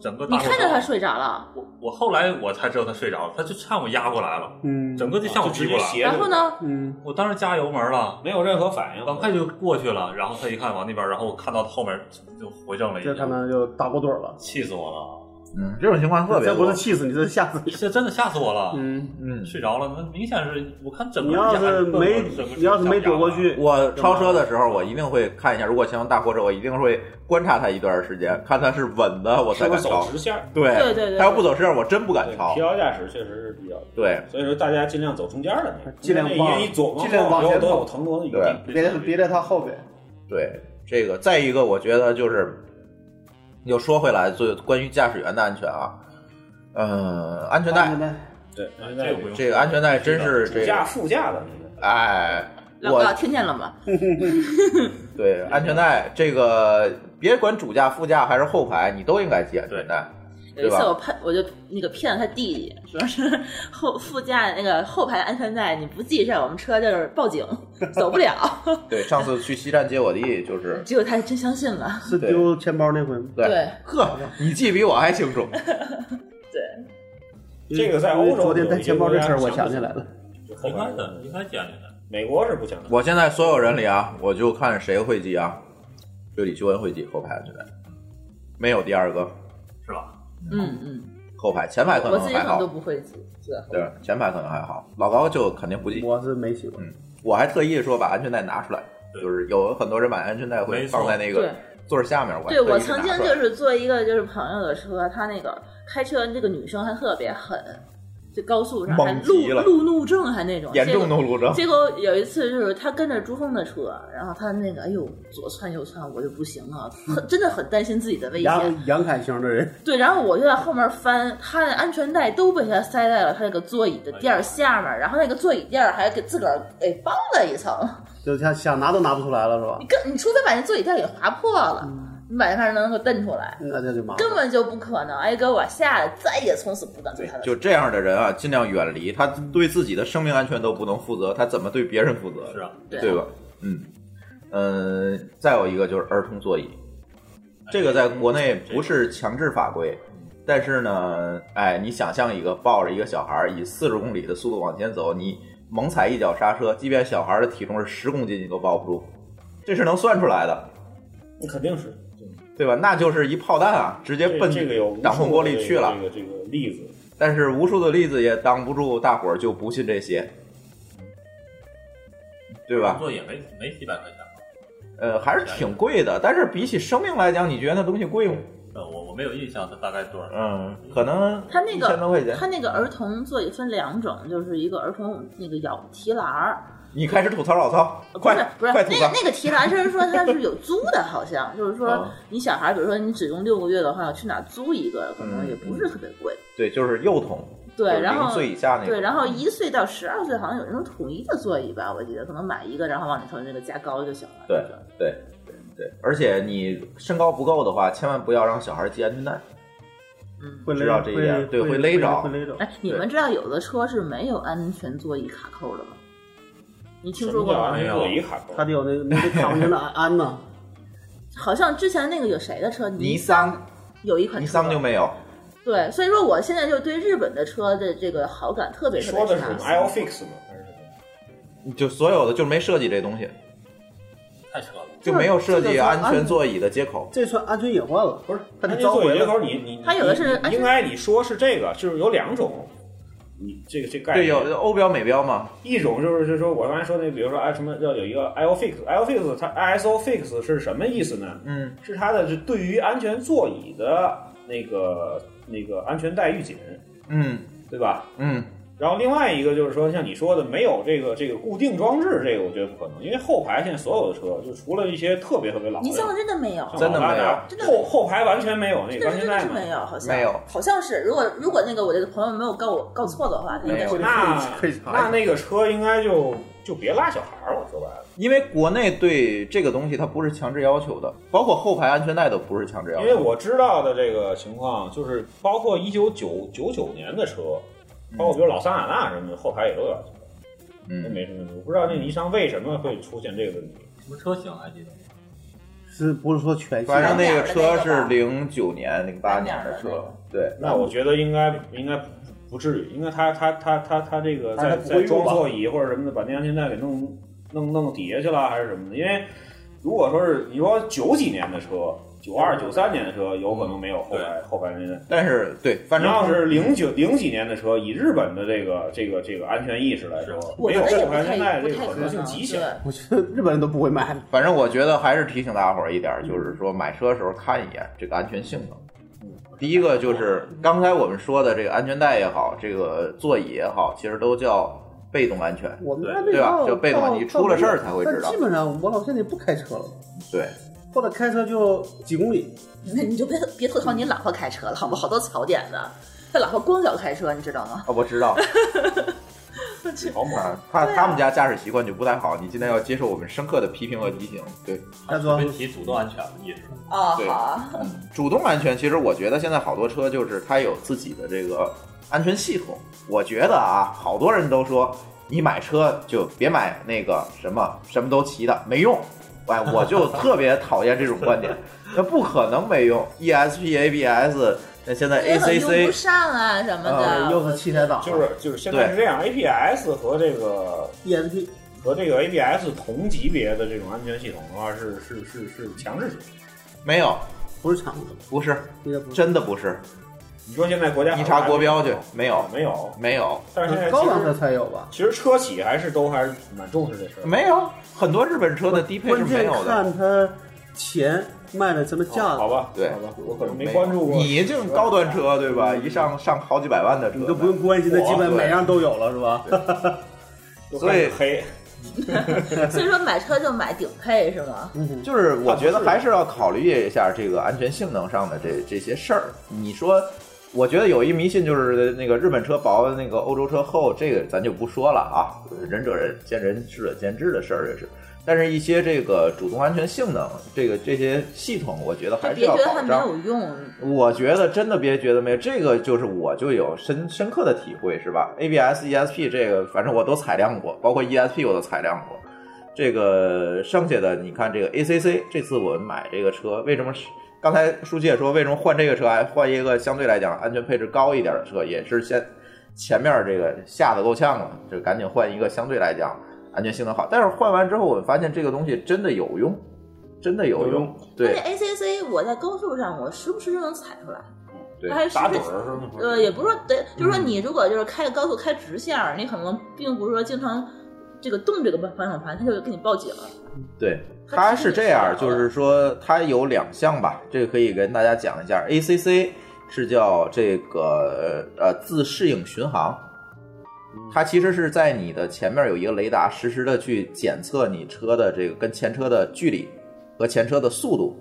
整个
你
大货车。
看着他睡着了，
我我后来我才知道他睡着了，他就向我压过来了，
嗯，
整个就向我逼过
啊就直
来。
接斜着
然后呢？
嗯，
我当时加油门了，
没有任何反应。
很快就过去了。然后他一看往那边，然后我看到后面就回正了一
这可
下，
能就打过盹儿了。
气死我了！
嗯，这种情况特别
这不
多
是。气死你，这是吓死你。
这真的吓死我了。
嗯，
嗯，
睡着了，那明显是我看整个
你要
压
是
着
没
整个
你要是没躲过
压着
去，
我超车的时候，我一定会看一下，如果前方大货车，我一定会观察他一段时间，看他是稳的，我
是
才
不
敢
是
超
走。直线儿？
对
对对对
他要不走直线，我真不敢
对，
超
疲。劳驾驶确实是比较，
对，
所以说大家尽量走中间的那个，
哎尽量
因为
往
一左
尽量往
右
前
都有
走
腾挪的余
对
地。
别别在他后边。
对，这个再一个，我觉得就是又说回来，就关于驾驶员的安全啊，嗯，安全带，
对，现在
哎这个不用
这个安全带真是
主
这
驾
个，
副驾的那个，
哎，
老
我
高听见了吗？
对安全带这个，别管主驾、副驾还是后排，你都应该系安全带。
有一次
对吧
我骗，我就那个骗了他弟弟，说是后副驾那个后排的安全带你不系上，我们车就是报警，走不了。
对，上次去西站接我弟就是，
结果他还真相信了，
是丢钱包那回吗？
对，呵，你记比我还清 楚。
这个在欧洲
昨天带钱包这事
有
儿，
一
我
个
想起来了。
就后
应该
排
的，应该捡起来。
美国是不行的。
我现在所有人里啊，我就看谁会记啊，就李秀恩会记后排安全带，没有第二个
是吧？
嗯嗯，
后排，前排可
我
能
自己
还
可能
好
都。不会系，对，
对，前排可能还好，老高就肯定不系。
我是没洗过，
我还特意说把安全带拿出来，
对
就是有很多人把安全带会
没错
放在那
对
个座儿下面。我还
对
特意给
我
拿
曾经
出来
就是坐一个就是朋友的车，他那个开车那个女生还特别狠，就高速上还
猛
路
极了
路怒症还那种
严重
结果
怒路症
结果有一次就是他跟着珠峰的车，然后他那个哎呦左窜右窜，我就不行了，
嗯
很真的很担心自己的危险。
杨杨凯型的人，
对，然后我就在后面翻，他的安全带都被他塞在了他那个座椅的
哎
垫儿下面，然后那个座椅垫儿还给自个儿给帮了一层。
就是想想拿都拿不出来了，是吧
你？更你除非把那座椅垫儿给划破了，
嗯
你把那玩意儿能够蹬出来。
那这就麻烦
根。本就不可能！哎，给我吓得再也从此不敢坐他的车。
就这样的人啊，尽量远离。他对自己的生命安全都不能负责，他怎么对别人负责？
是啊，
对
对吧？嗯，嗯，再有一个就是儿童座椅，这个在国内不是强制法规，但是呢，哎，你想象一个抱着一个小孩儿以四十公里的速度往前走，你猛踩一脚刹车，即便小孩儿的体重是十公斤，你都抱不住，这是能算出来的，
那肯定是
对吧？那就是一炮弹啊，直接
这
奔
这个有无数的
挡风玻璃去了。
这个这个例子，
但是无数的例子也挡不住大伙儿就不信这邪，对吧？
座也没没几百块钱吧。
呃，还是挺贵的，但是比起生命来讲，你觉得那东西贵吗？
呃，我我没有印象，它大概多少？
嗯，可能
他那
一千多块
个
钱
他。那个儿童座椅分两种，就是一个儿童那个摇提篮儿，
你开始吐槽老曹，
呃不
快
是不是
快
那
吐
个
槽。
那个提篮是说它是有租的，好像就是说
啊
你小孩，比如说你只用六个月的话，去哪儿租一个可能也不是特别贵。
对，就是幼童，
对，
就是嗯
然
零
后
岁以嗯下那个。
对，然后一岁到十二岁好像有那种统一的座椅吧，我记得可能买一个，然后往里头那个加高就行了。
对对
嗯
对对，而且你身高不够的话，千万不要让小孩系安全带。
会勒
知道这一点，
会
对，
会
会勒着，
会勒着
哎，你们知道有的车是没有安全座椅卡扣的吗？你听说过吗？
座椅卡扣，
他得有那个那个躺着的安呐，
好像之前那个有谁的车，
尼
尼
桑，
有一款
尼桑就没有，
对，所以说我现在就对日本的车的这个好感特别特别
说的是
差
什么 iFix 吗？还是什么
就所有的就没设计这东西，
太扯了。
就没有设
这
计
个
安全座椅的接口。
这算安全隐患了。
不是，
他得
安全
召
座
回
椅接
了。
口，你你
它有的是
你你应该你说是这个，就是有两种，你这个这概
对，
念
有欧标、美标嘛，
一种就是就是说我刚才说那，比如说哎什么要有一个 IO fix，IO fix 它 ISO fix 是什么意思呢？
嗯，
是它的是对于安全座椅的那个那个安全带预警，
嗯
对吧？
嗯，
然后另外一个就是说，像你说的，没有这个这个固定装置，这个我觉得不可能，因为后排现在所有的车，就除了一些特别特别老的，
尼桑真的没有，
像
真的
老大
没有
达
真的
后后排完全没有那
真
个安
的
全带嘛。
真的是没有，好像
没有
好像是。如果如果那个我这个朋友没有告我告错的话，那应该是
没有
那
可以查一下
那那个车应该就就别拉小孩儿了，说白了，
因为国内对这个东西它不是强制要求的，包括后排安全带都不是强制要
因为
求的。
我知道的这个情况就是，包括一九九九九年的车，包括比如老桑塔纳什么的，后排也都有安全带，那
嗯，
没什么问题。我不知道那尼桑为什么会出现这个问题。
什么车型还记得吗？
是不是说全系啊
反正那个车
蓝
是
点儿的
零九年、零八年的车，对。
那我觉得应该应该不不至于，应该他他他他他这个
但是
在
他不会
在装
用吧
座椅或者什么的，把那安全带给弄弄弄底下去了还是什么的？因为如果说是你说九几年的车，九二九三年的车，有可能没有后排后排安全带。
但是对，反
你
正
要是零九零几年的车，以日本的这个这个这个安全意识来说，
我
没
觉
有
得也
后
不
排安全
太
带
不
这
太
个
可
可
能
能性极小。
对
我觉得日本人都不会买的。
反正我觉得还是提醒大伙儿一点儿，就是说买车的时候看一眼这个安全性能。第一个就是刚才我们说的这个安全带也好，这个座椅也好，其实都叫被动安全。
我们
对
家那
对吧
套
就被动
套
你出了事儿才会
但
知道
基本上我老现在也不开车了，
对，
或者开车就几公里。
那你就别别吐槽你老婆开车了，好不好？多槽点的，他老婆光脚开车，你知道吗？
啊，我知道，
好猛！
啊，他他们家驾驶习惯就不太好，你今天要接受我们深刻的批评和提醒。对，
大壮
问题主动安全意识，
哦，
对
好啊，
嗯主动安全，其实我觉得现在好多车就是它有自己的这个安全系统。我觉得啊，好多人都说你买车就别买那个什么什么都齐的，没用。哎，我就特别讨厌这种观点，那不可能没用。ESP、ABS，那现在
也很用不
ACC，
上啊什么
啊
的。
又是器材档，
就是就是现在是这样，APS 和这个
ESP
和这个 ABS 同级别的这种安全系统的话，是是是是强制性。
没有，
不是厂子，
不是，
应该不是。
真的不是。
你说现在国家
你查国标去，没有，
没有？
没有，
但是现在
高
其
档车
实
才有吧？
其实车企还是都还是蛮重视这事儿。
没有，很多日本车的低配是
关
没
键
有的。
看它钱卖的什么价
啊哦好
格，
吧，
对
好吧，我可能没关注过。
你这种高端车对吧？一上上好几百万的车，
你都不用关心，它基本每样都有了，是吧？
都
所以
开始黑，
所以说买车就买顶配是吗？
就是我觉得还是要考虑一下这个安全性能上的这这些事儿。你说，我觉得有一迷信就是那个日本车薄，那个欧洲车厚，这个咱就不说了啊，仁者仁见仁，智者见智的事儿也是。但是，一些这个主动安全性能，这个这些系统，我觉得
就
还是
别
要
觉得
保
它没
障。
有用，
我觉得真的别觉得没有，这个就是我就有深深刻的体会，是吧？ABS、ESP E 这个，反正我都踩亮过，包括 ESP 我都踩亮过。这个剩下的，你看这个 ACC，这次我们买这个车，为什么是？刚才书记也说，为什么换这个车，还换一个相对来讲安全配置高一点的车，也是先前面这个吓得够呛了，就赶紧换一个相对来讲安全性能好。但是换完之后，我发现这个东西真的有用，真的有
有
用
用。
而
对
且 ACC 我在高速上我时不时就能踩出来，
对
它还时
打盹
不时
儿嗯是吗？
呃，也不是说得，就是说你如果就是开高速开直线儿，你可能并不是说经常这个动这个方向盘，它就给你报警。
对，
它
它是
其实
这
也是
样，
好
就
的
是说它有两项吧，这个可以跟大家讲一下。ACC 是叫这个呃自适应巡航，它其实是在你的前面有一个雷达，实时的去检测你车的这个跟前车的距离和前车的速度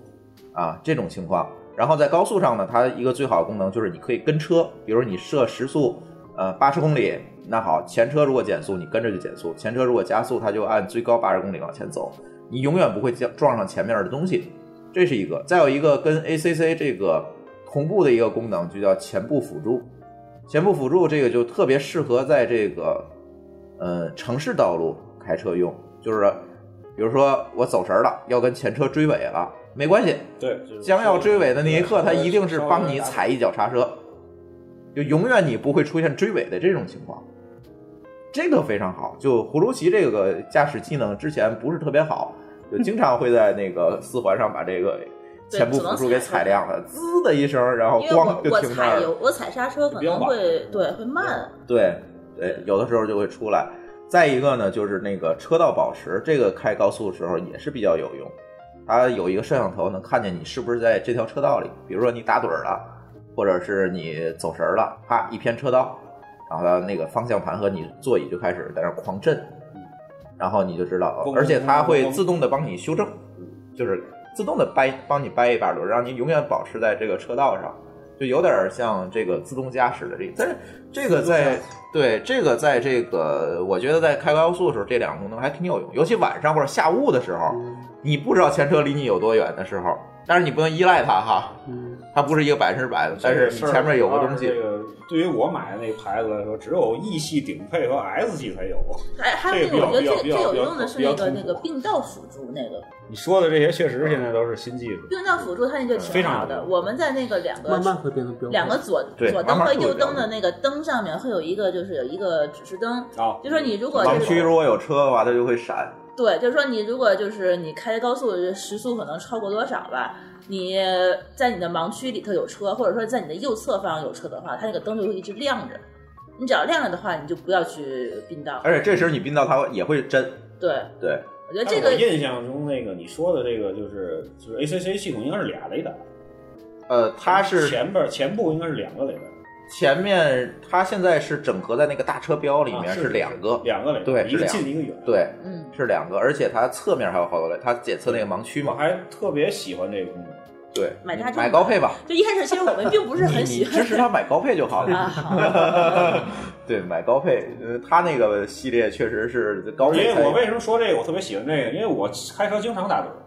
啊这种情况。然后在高速上呢，它一个最好的功能就是你可以跟车，比如你设时速呃八十公里，那好，前车如果减速，你跟着就减速；前车如果加速，它就按最高八十公里往前走。你永远不会撞撞上前面的东西，这是一个。再有一个跟 ACC 这个同步的一个功能，就叫前部辅助。前部辅助这个就特别适合在这个呃城市道路开车用，就是比如说我走神儿了，要跟前车追尾了，没关系，
对，
将要追尾的那一刻，它一定是帮你踩一脚刹车，就永远你不会出现追尾的这种情况。这个非常好，就葫芦骑这个驾驶技能之前不是特别好，就经常会在那个四环上把这个前部辅助给踩亮了，滋的一声，然后
因为我
咣就
我
停那
踩
儿了。
油，我踩刹车可能会对会慢，
对对，有的时候就会出来。再一个呢，就是那个车道保持，这个开高速的时候也是比较有用。它有一个摄像头能看见你是不是在这条车道里，比如说你打盹儿了，或者是你走神儿了，啪一偏车道，然后它那个方向盘和你座椅就开始在那儿狂震，然后你就知道了。而且它会自动的帮你修正，就是自动的掰帮你掰一把轮，让你永远保持在这个车道上。就有点像这个自动驾驶的这，但是这个在对这个在这个，我觉得在开高速的时候，这两个功能还挺有用，尤其晚上或者下午的时候，
嗯
你不知道前车离你有多远的时候，但是你不能依赖它哈，
嗯
它不是一个百分之百的，但是你前面有个东西
啊这，个对于我买的那牌子来说，只有 E 系顶配和 S 系才有。
还还有
这
那个，我觉
比较比较
得最最有
比较
用的是
比较
那个
突
那个并道辅助那个
你说的这些确实现在都是新技术。
并道辅助，它那就
嗯非
挺
常
好的。我们在那个两个
慢慢会变成标配
两个左
对
左灯
慢慢
和
会有
右灯
标配
的那个灯上面会有一个，就是有一个指示灯，就说你如果
盲
就是
区如果有车的话，它就会闪。
对，就是说你如果就是你开高速时速可能超过多少吧，你在你的盲区里头有车，或者说在你的右侧方有车的话，它那个灯就会一直亮着。你只要亮着的话，你就不要去并道。
而且这时候你并道它也会真，
对，
对，
我觉得这个
但哎我印象中那个你说的这个就是就是 ACC 系统应该是俩雷达，
呃，它是
前边前部应该是两个雷达，
前面它现在是整合在那个大车标里面
啊是
两个，
两个雷达，
对，
一
是
个
两
近一个远。
对，
嗯，
是两个，而且它侧面还有好多雷，它检测那个盲区嘛，
我还特别喜欢这个功能。
对，
买它
买高配吧，
就一开始其实我们并不是很
你
喜
你
欢
支持他买高配就好
啊
了。对，买高配，呃，他那个系列确实是高
因
配才有。
为我为什么说这个我特别喜欢这个？因为我开车经常打盹儿，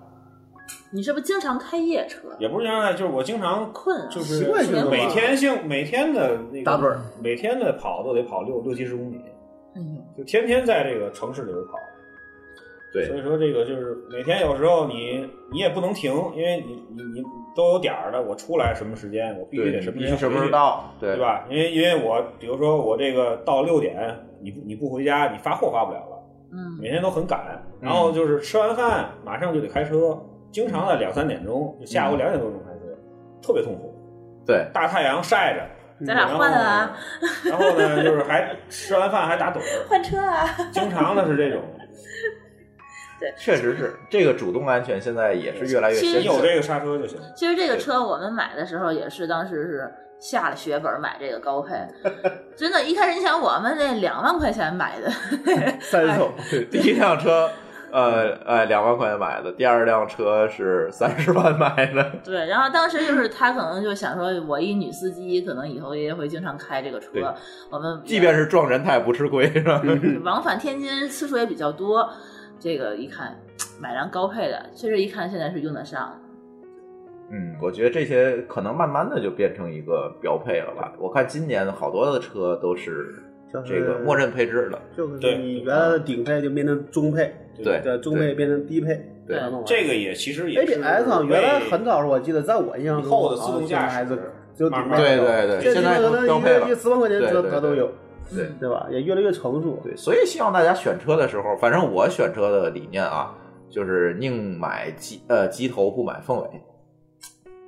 你是不是经常开夜车？
也不是经常打，就是我经常
困啊
就是
习惯性地
每
吧
天性每天的那个
打盹儿
每天的跑都得跑六六七十公里，
嗯，
就天天在这个城市里头跑。
对，
所以说这个就是每天有时候你你也不能停，因为你你你都有点儿的，我出来什么时间我必须
对
得
你
什么
必
时
须
间
什么时候
回去
到对
对吧？因为因为我比如说我这个到六点，你不你不回家，你发货发不了了。
嗯，
每天都很赶，然后就是吃完饭马上就得开车，经常在两三点钟，就下午两点多钟开车，特别痛苦。
对，
大太阳晒着，嗯
咱俩换啊，
然后呢，就是还吃完饭还打盹儿，
换车啊！
经常的是 这种。
确实是这个主动安全现在也是越来越
其
先
实
进。
有这
个刹车就行。
其实这个车我们买的时候也是当时是下了血本买这个高配，真的，一开始你想我们那两万块钱买的，
三手，对第一辆车，呃呃，两万块钱买的，第二辆车是三十万买的。
对，然后当时就是他可能就想说，我一女司机，可能以后也会经常开这个车
对，
我们嗯
即便是撞人，他也不吃亏，是吧？
往返天津次数也比较多，这个一看买辆高配的，确实一看现在是用得上。
嗯，我觉得这些可能慢慢的就变成一个标配了吧。我看今年好多的车都是这个默认配置了。
就是你原来的顶配就变成中配，
对
对，中配变成低配，
对
然后往上
这个也其实也
A B
是
S 啊，原来
为
很早时候，我记得在我印象中，啊
以后的自动驾驶
还是只有顶配
对对对，
现
现在
在可
标
能一
配
个
了，
一十万块钱
对
车
对
它都有，
对
对吧？也越来越成熟。
对，所以希望大家选车的时候，反正我选车的理念啊，就是宁买鸡呃鸡头不买凤尾，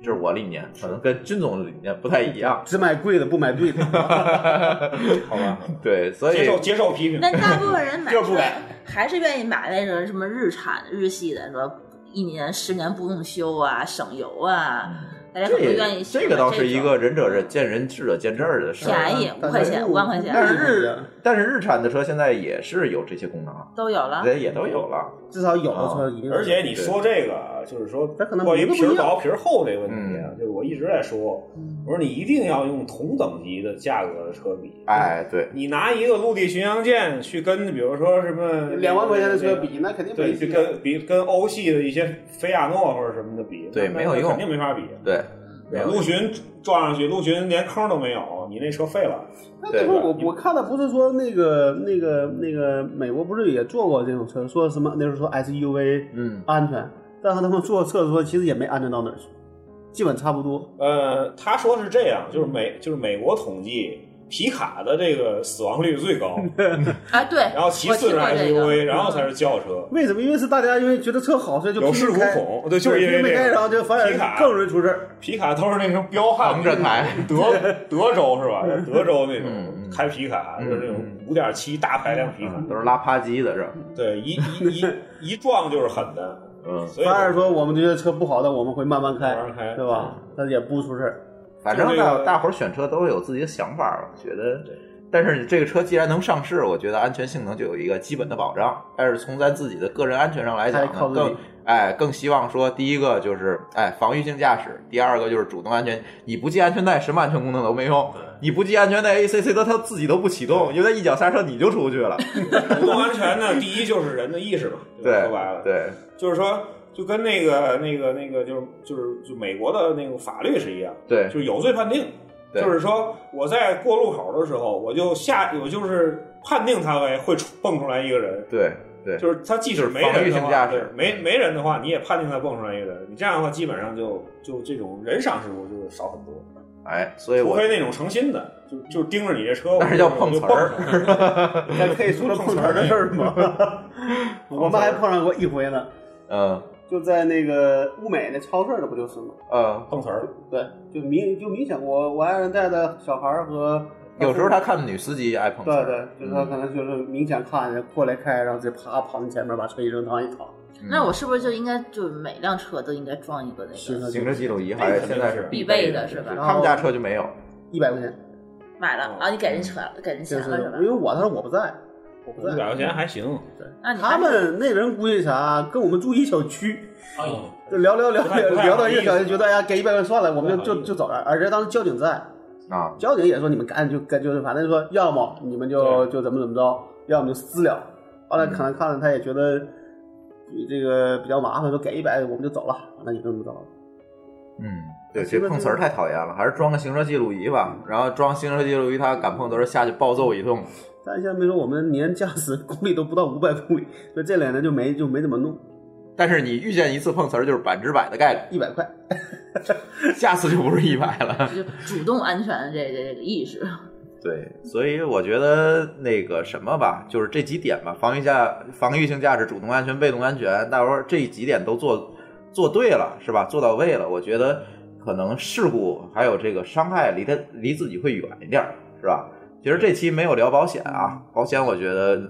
这是我理念，可能跟军总的理念不太一样。
只买贵的不买对的，
好吧？
对，所以
接受接受批评。
但 大部分人买
就
车
不改
还是愿意买那种什么日产、日系的，说一年、十年不用修啊，省油啊，大家可
这
能愿意去买
这个倒
这
是一
种
个仁者见仁，智者见智的事儿。啊
便宜五块钱五万块钱
但是日但是日产的车现在也是有这些功能啊，
都有了。
也也都有了，
至少有的车已经。
而且你说这个啊，就是说关于
名字
皮儿
不一样嗯
薄皮儿厚这个问题啊，就是我一直在说，我说你一定要用同等级的价格的车比。
哎，对，
你拿一个陆地巡洋舰去跟，比如说什么
两万块钱的车
那个
比，那肯定没
对，去
戏啊
跟比跟欧系的一些菲亚诺或者什么的比，
对
那
没有
那
用
肯定没法比。
对，没有
陆巡撞上去，陆巡连坑都没有，你那车废了。
那这不是我我看的不是说那个那个那个美国不是也做过这种车，说什么那时候说 SUV
嗯
安全，但是他们做厕所其实也没安全到哪儿去，基本差不多。
呃，他说是这样，就是美就是美国统计皮卡的这个死亡率最高，
啊，对，
然后其次是
我听过这个
SUV，然
嗯
后才是轿车。
为什么？因为是大家因为觉得车好，所以嗯就
有恃
拼命
无
开
恐，对，就是因为
拼命
这
开，
个。
然后就反而
皮卡
更容易出事儿。
皮卡都是那种彪悍
啊
横着开，
德 德州是吧？
嗯
德州那
嗯
种开皮卡，就是那种五点七大排量皮
嗯
卡，
都是拉啪叽的是吧？
对，一一一一撞就是狠的，
嗯，
所以
反而说我们觉得车不好，但我们会慢慢开，
慢慢开
对吧？但也不出事儿。
反正
就这
呢，
个
大伙儿选车都有自己的想法儿，我觉得。但是这个车既然能上市，我觉得安全性能就有一个基本的保障。但是从咱自己的个人安全上来讲
还
呢
靠，自己
更哎更希望说，第一个就是哎防御性驾驶，第二个就是主动安全。你不系安全带，什么安全功能都没用。你不系安全带，ACC 它它自己都不启动，因为它一脚刹车你就出去了。
主动安全呢，第一就是人的意识吧，吧
对
说白了，
对，
就是说，就跟那个那个那个，就是就是就美国的那个法律是一样，
对
就是有罪判定，
对
就是说我在过路口的时候，我就下我就是判定他为会出蹦出来一个人，
对对，
就是他即使没
防御
人的
性
话，
驾
对
驶，嗯
没没人的话，你也判定他蹦出来一个人，你这样的话基本上就就这种人伤事故就少很多，
哎，所以
除
我
非那种成心的， 就就盯着你这车，
但是叫碰瓷儿
我就蹦 出来了
咱可以说说碰瓷儿的事儿吗？ 我们还碰上过一回呢，
嗯
就在那个物美那超市，那不就是吗？
嗯，
碰瓷儿，
对，就明就明显，我我爱人带的小孩儿和
有时候他看女司机爱碰瓷
对
儿，
对，就是他可能就是明显看见过来开，然后直接啪跑你前面，把车一扔躺一躺。
嗯
那我是不是就应该就每辆车都应该装一个那
行
个？
行车记录仪还嗯哎现在是
必备
备
的是吧
他们家车就没有。
一百块钱，
买了，然后你给人车，给人钱
就是
了是吧
因？为我当时我不在，我不
一
在
百。块钱还行，
那你
他们那人估计啥，跟我们住一小区，
哎呦，
就聊聊聊
不太不太
聊到一个小
好意
区，
思
觉得哎呀给一百块算了，我们
不
就
太好意
就
思
就走了。而且当时交警在，
啊，
交警也说你们赶紧就跟就是反正说要么你们就就怎么怎么着，要么就私了。后来可能看了他也觉得嗯这个比较麻烦，说给一百我们就走了，那也就这么着了。
嗯，对，这碰瓷儿太讨厌了，还是嗯装个行车记录仪吧。然后装行车记录仪，他敢碰都是下去暴揍一通。
但现在没说我们年驾驶公里都不到五百公里， 所以这两年就没就没怎么弄，
但是你遇见一次碰瓷儿就是百分之百的概率，
一百块。
下次就不是一百了。
就主动安全这这这个意识，
对，所以我觉得那个什么吧，就是这几点吧，防御驾、防御性驾驶、主动安全、被动安全，大伙儿这几点都做做对了，是吧？做到位了，我觉得可能事故还有这个伤害离他离自己会远一点儿，是吧？其实这期没有聊保险啊，保险我觉得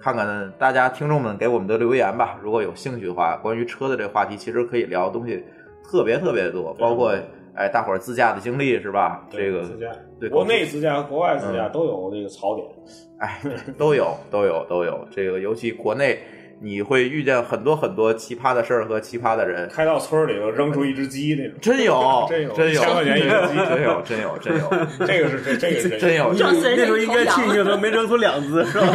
看看大家听众们给我们的留言吧，如果有兴趣的话，关于车的这话题，其实可以聊的东西特别特别多，包括哎大伙儿自驾的经历是吧？这个
自驾，
对嗯
国
高速
内自驾、国外自驾都有这个槽点，
哎，都有，都有，都有。这个尤其国内，你会遇见很多很多奇葩的事儿和奇葩的人，
开到村儿里头扔出一只鸡那种。
真有，
真有
真有，
1000块钱一个鸡
真有，真有，真有，
这个是这这个 是
真有，
撞死人
那时候
家
应该
头
庆
羊，
幸说没扔出两只，是吧？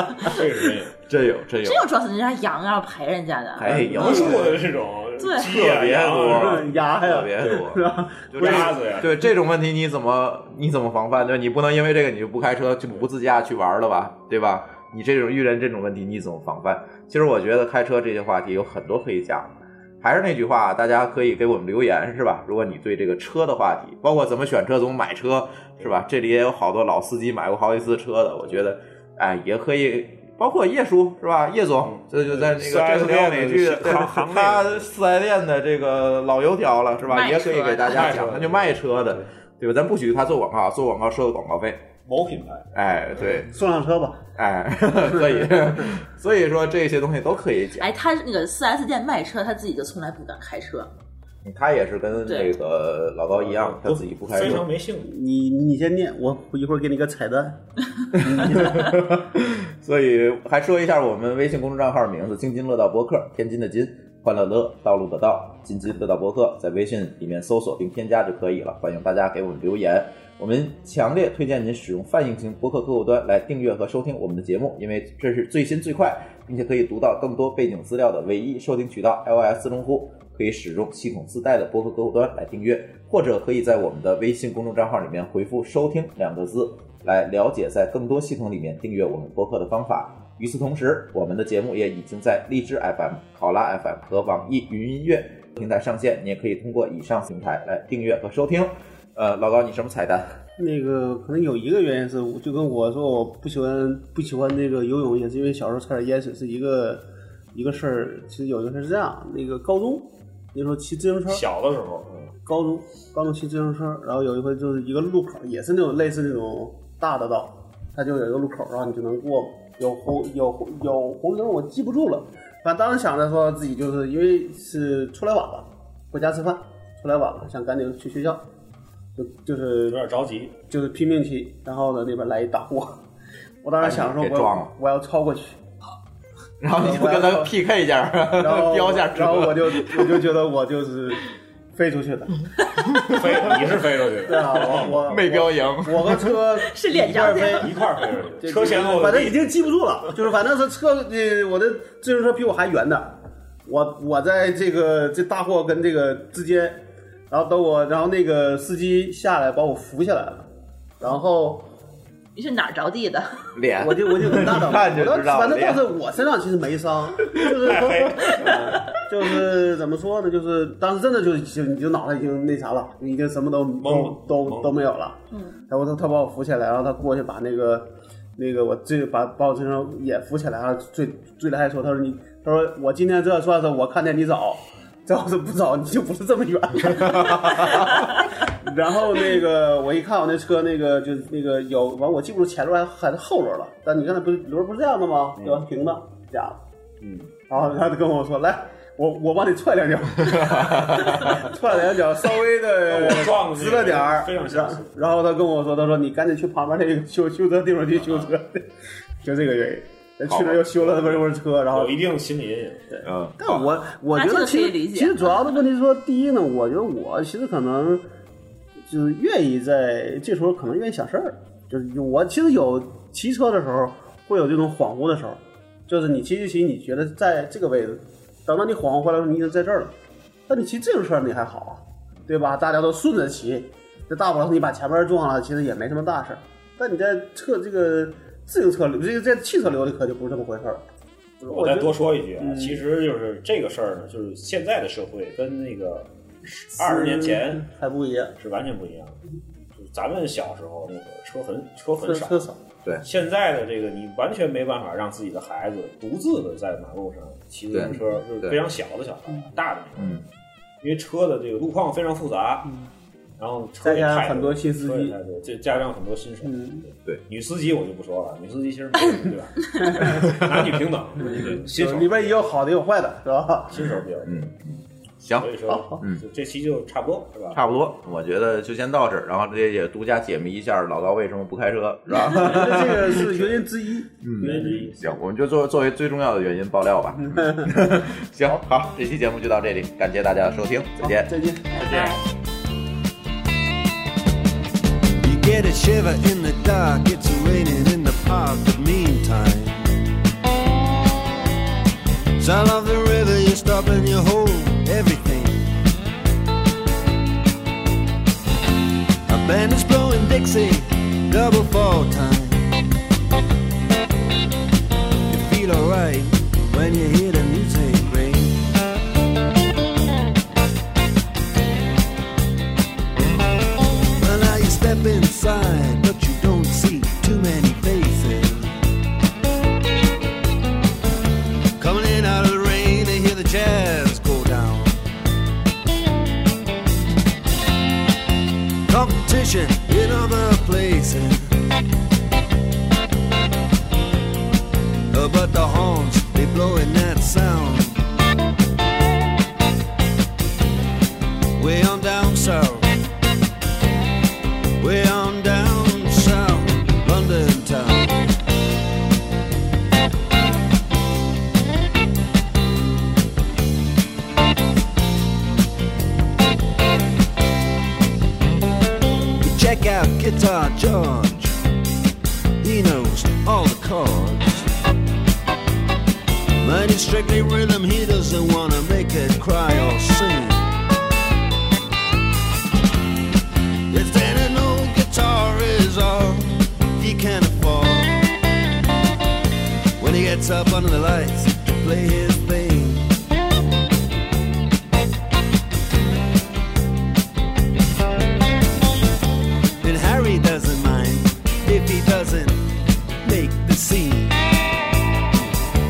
这个是真有，
真有，真有
真，有撞死人家羊啊，赔人家的。
哎有，
无数
特
的这种
对
鸡啊
别
羊啊
多
是，鸭呀
特别
是
多。
吧？
就这
鸭子呀，
对这种问题你怎么你怎么防范？对，你不能因为这个你就不开车就不自驾去玩了吧，对吧？你这种遇人这种问题你怎么防范？其实我觉得开车这些话题有很多可以讲的。还是那句话，大家可以给我们留言，是吧？如果你对这个车的话题，包括怎么选车、怎么买车，是吧？这里也有好多老司机买过好几次车的，我觉得，哎，也可以，包括叶叔，是吧？叶总，这就在那
嗯四
个
S
这个
店
美
的
剧，对
行行内
他四 S 店的这个老油条了，是吧？
卖
也可以给大家
卖车
讲，
的
他就卖车的，对吧？咱不许他做广告，做广告收广告费。
某品牌
哎，对，
送上车吧，
哎， 可以，所以说这些东西都可以讲。
哎，他那个四 S 店卖车，他自己就从来不敢开车。
他也是跟那个老高一样，他自己不开
非
车
常。没兴趣。
你你先念，我一会儿给你个彩蛋。
所以还说一下我们微信公众账号的名字：津津乐道播客，天津的津，欢乐乐，道路的道，津津乐道播客，在微信里面搜索并添加就可以了。欢迎大家给我们留言，我们强烈推荐您使用泛用型播客客户端来订阅和收听我们的节目，因为这是最新最快，并且可以读到更多背景资料的唯一收听渠道 iOS 自动户。可以使用系统自带的播客客户端来订阅，或者可以在我们的微信公众账号里面回复“收听”两个字，来了解在更多系统里面订阅我们播客的方法。与此同时，我们的节目也已经在荔枝 FM、考拉 FM 和网易云音乐平台上线，你也可以通过以上平台来订阅和收听。呃，老高，你什么彩蛋？
那个可能有一个原因是，我就跟我说我不喜欢不喜欢那个游泳，也是因为小时候差点淹死，是一个一个事儿。其实有一个事儿是这样，那个高中那时候骑自行车，
小的时候，
高中高中骑自行车，然后有一回就是一个路口，也是那种类似那种大的道，它就有一个路口，然后你就能过嘛。有红有红有红灯，我记不住了。反正当时想着说自己就是因为是出来晚了，回家吃饭，出来晚了，想赶紧去学校，就就是有
点着急，
就是拼命骑。然后呢，那边来一大货，我当时想说
给
我
撞
要
了
我要超 过去，
然后你就
我要
跟他 PK 一下，
然后
飙一下车
然后我就我就觉得我就是飞出 去的，
飞你是飞出去的，
对啊，我我
没飙赢，
我和车
是脸
一块
上
儿飞
一块儿飞出 去，
这
车先落
反
的
正已
地，
经记不住了，就是反正是车，呃，我的自行车比我还远点儿，我我在这个这大货跟这个之间，然后等我，然后那个司机下来把我扶下来了，然后
你是哪儿着地的？
脸
我就我就很大胆，
看就
我
知
倒
道
反正
脸
倒是我身上其实 没伤，就是、
哎
呃 就是怎么说呢，就是当时真的就是就你就脑袋已经那啥了，你已经什么都都都都没有了。
嗯，
然后他他把我扶起来，然后他过去把那个那个我这把把我身上也扶起来，然后最最来还说，他说你他说我今天这算是我看见你早，这要是不早你就不是这么远了。然后那个我一看我那车那个就是那个有完我记不住前轮还还是后轮了，但你看它不是轮不是这样的吗？对吧？平的假的。
嗯，
然后他就跟我说来。我我帮你踹两脚，踹两脚，稍微的
我撞你
直了点儿，
非常相似。
然后他跟我说，他说你赶紧去旁边那个修修车地方去修
啊
车，就这个原因。去那儿又修了那么一会儿车，然后
有一定心理阴影。
嗯，
但我我觉
这
得
个
其
可以理
实
解
其实主要的问题是说，第一呢，我觉得我其实可能就是愿意在这时候可能愿意想事儿，就是我其实有骑车的时候会有这种恍惚的时候，就是你骑骑骑，你觉得在这个位置，等到你恍惚过来的时候，你已经在这儿了。但你骑自行车你还好啊，对吧？大家都顺着骑，这大不了你把前面撞了，其实也没什么大事儿。但你在车这个自行车流，这个在汽车流里可就不是这么回事儿了。
我再多说一句啊，
嗯
其实就是这个事儿呢，就是现在的社会跟那个二十年前
还不一样，
是完全不一样的。就是咱们小时候那会儿车很车
车
很少，
车少。
现在的这个你完全没办法让自己的孩子独自的在马路上骑自行车，
对
就是非常小的小孩，大的那 种，
嗯，
因为车的这个路况非常复杂，然后车
再
也
嗯加上
太多
很多新司机
车也太多这加上很多新手，
嗯
对，
女司机我就不说 了，女司机其实没有对吧？男女平等，
嗯
对新手
里边也有好的，也有坏的，是 吧？
新手比较多，
嗯嗯，行，
所以说
嗯
就这期就差不多是吧？
差不多，我觉得就先到这儿，然后这也独家解密一下老高为什么不开车，是吧？
我觉得这个是原因之一。
嗯
没之一，
行，我们就作作为最重要的原因爆料吧。 行，好，这期节目就到这里，感谢大家的收听，再见。
再见。
哎
You get a shiver in the dark, it's raining in the park, but meantime. Sound of the river, you stop and you hold everything. A band is blowing Dixie, double fall time. You feel alright when you hear the music ring. Well, now you step inside, but you don't see too many faces. Coming in out of the rain, they hear the jazz go down. Competition in other places. Uh, But the horns, they blowing that sound. Way on down south. Way on down south, London town. You check out Guitar George. He knows all the chords. But he's strictly rhythm, he doesn't wanna make it cry or sing.
gets up under the lights to play his thing. And Harry doesn't mind if he doesn't make the scene.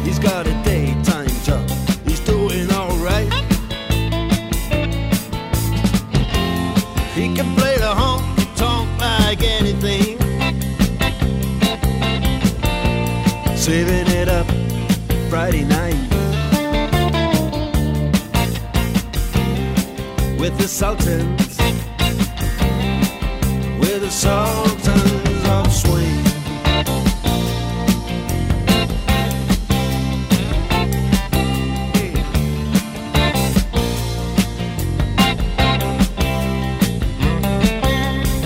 He's got a daytime job, he's doing alright. He can play the honky tonk like anything. Saving it up Friday night with the Sultans, with the Sultans of Swing.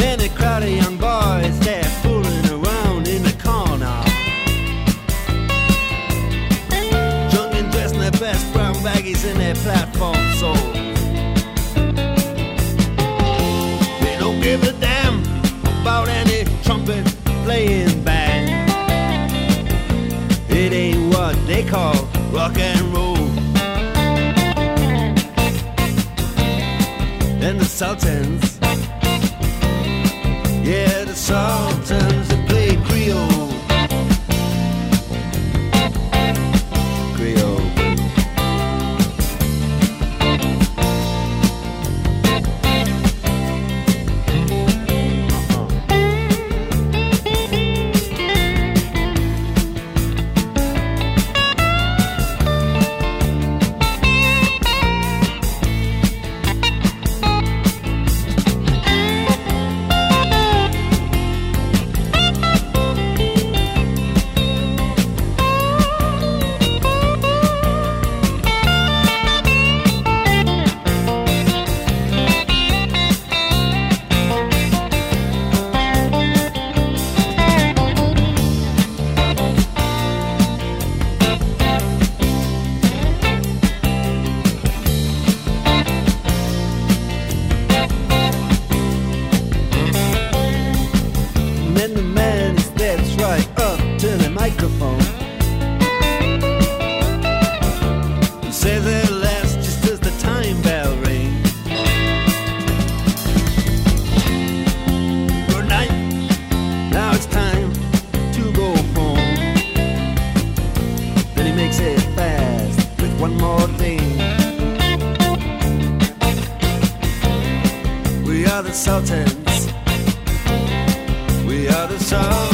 And a crowd of young boys there fooling around in the corner. Drunk and dressed in their best brown baggies in their platform soles. They don't give a damn about any trumpet playing band. It ain't what they call rock and roll. And the Sultans. Yeah, the Sultans that play Creole. Creole. And then the man he steps right up to the microphone and says at last just as the time bell rings. Good night. Now it's time to go home. Then he makes it fast with one more thing. We are the Sultans. We are the Sultans.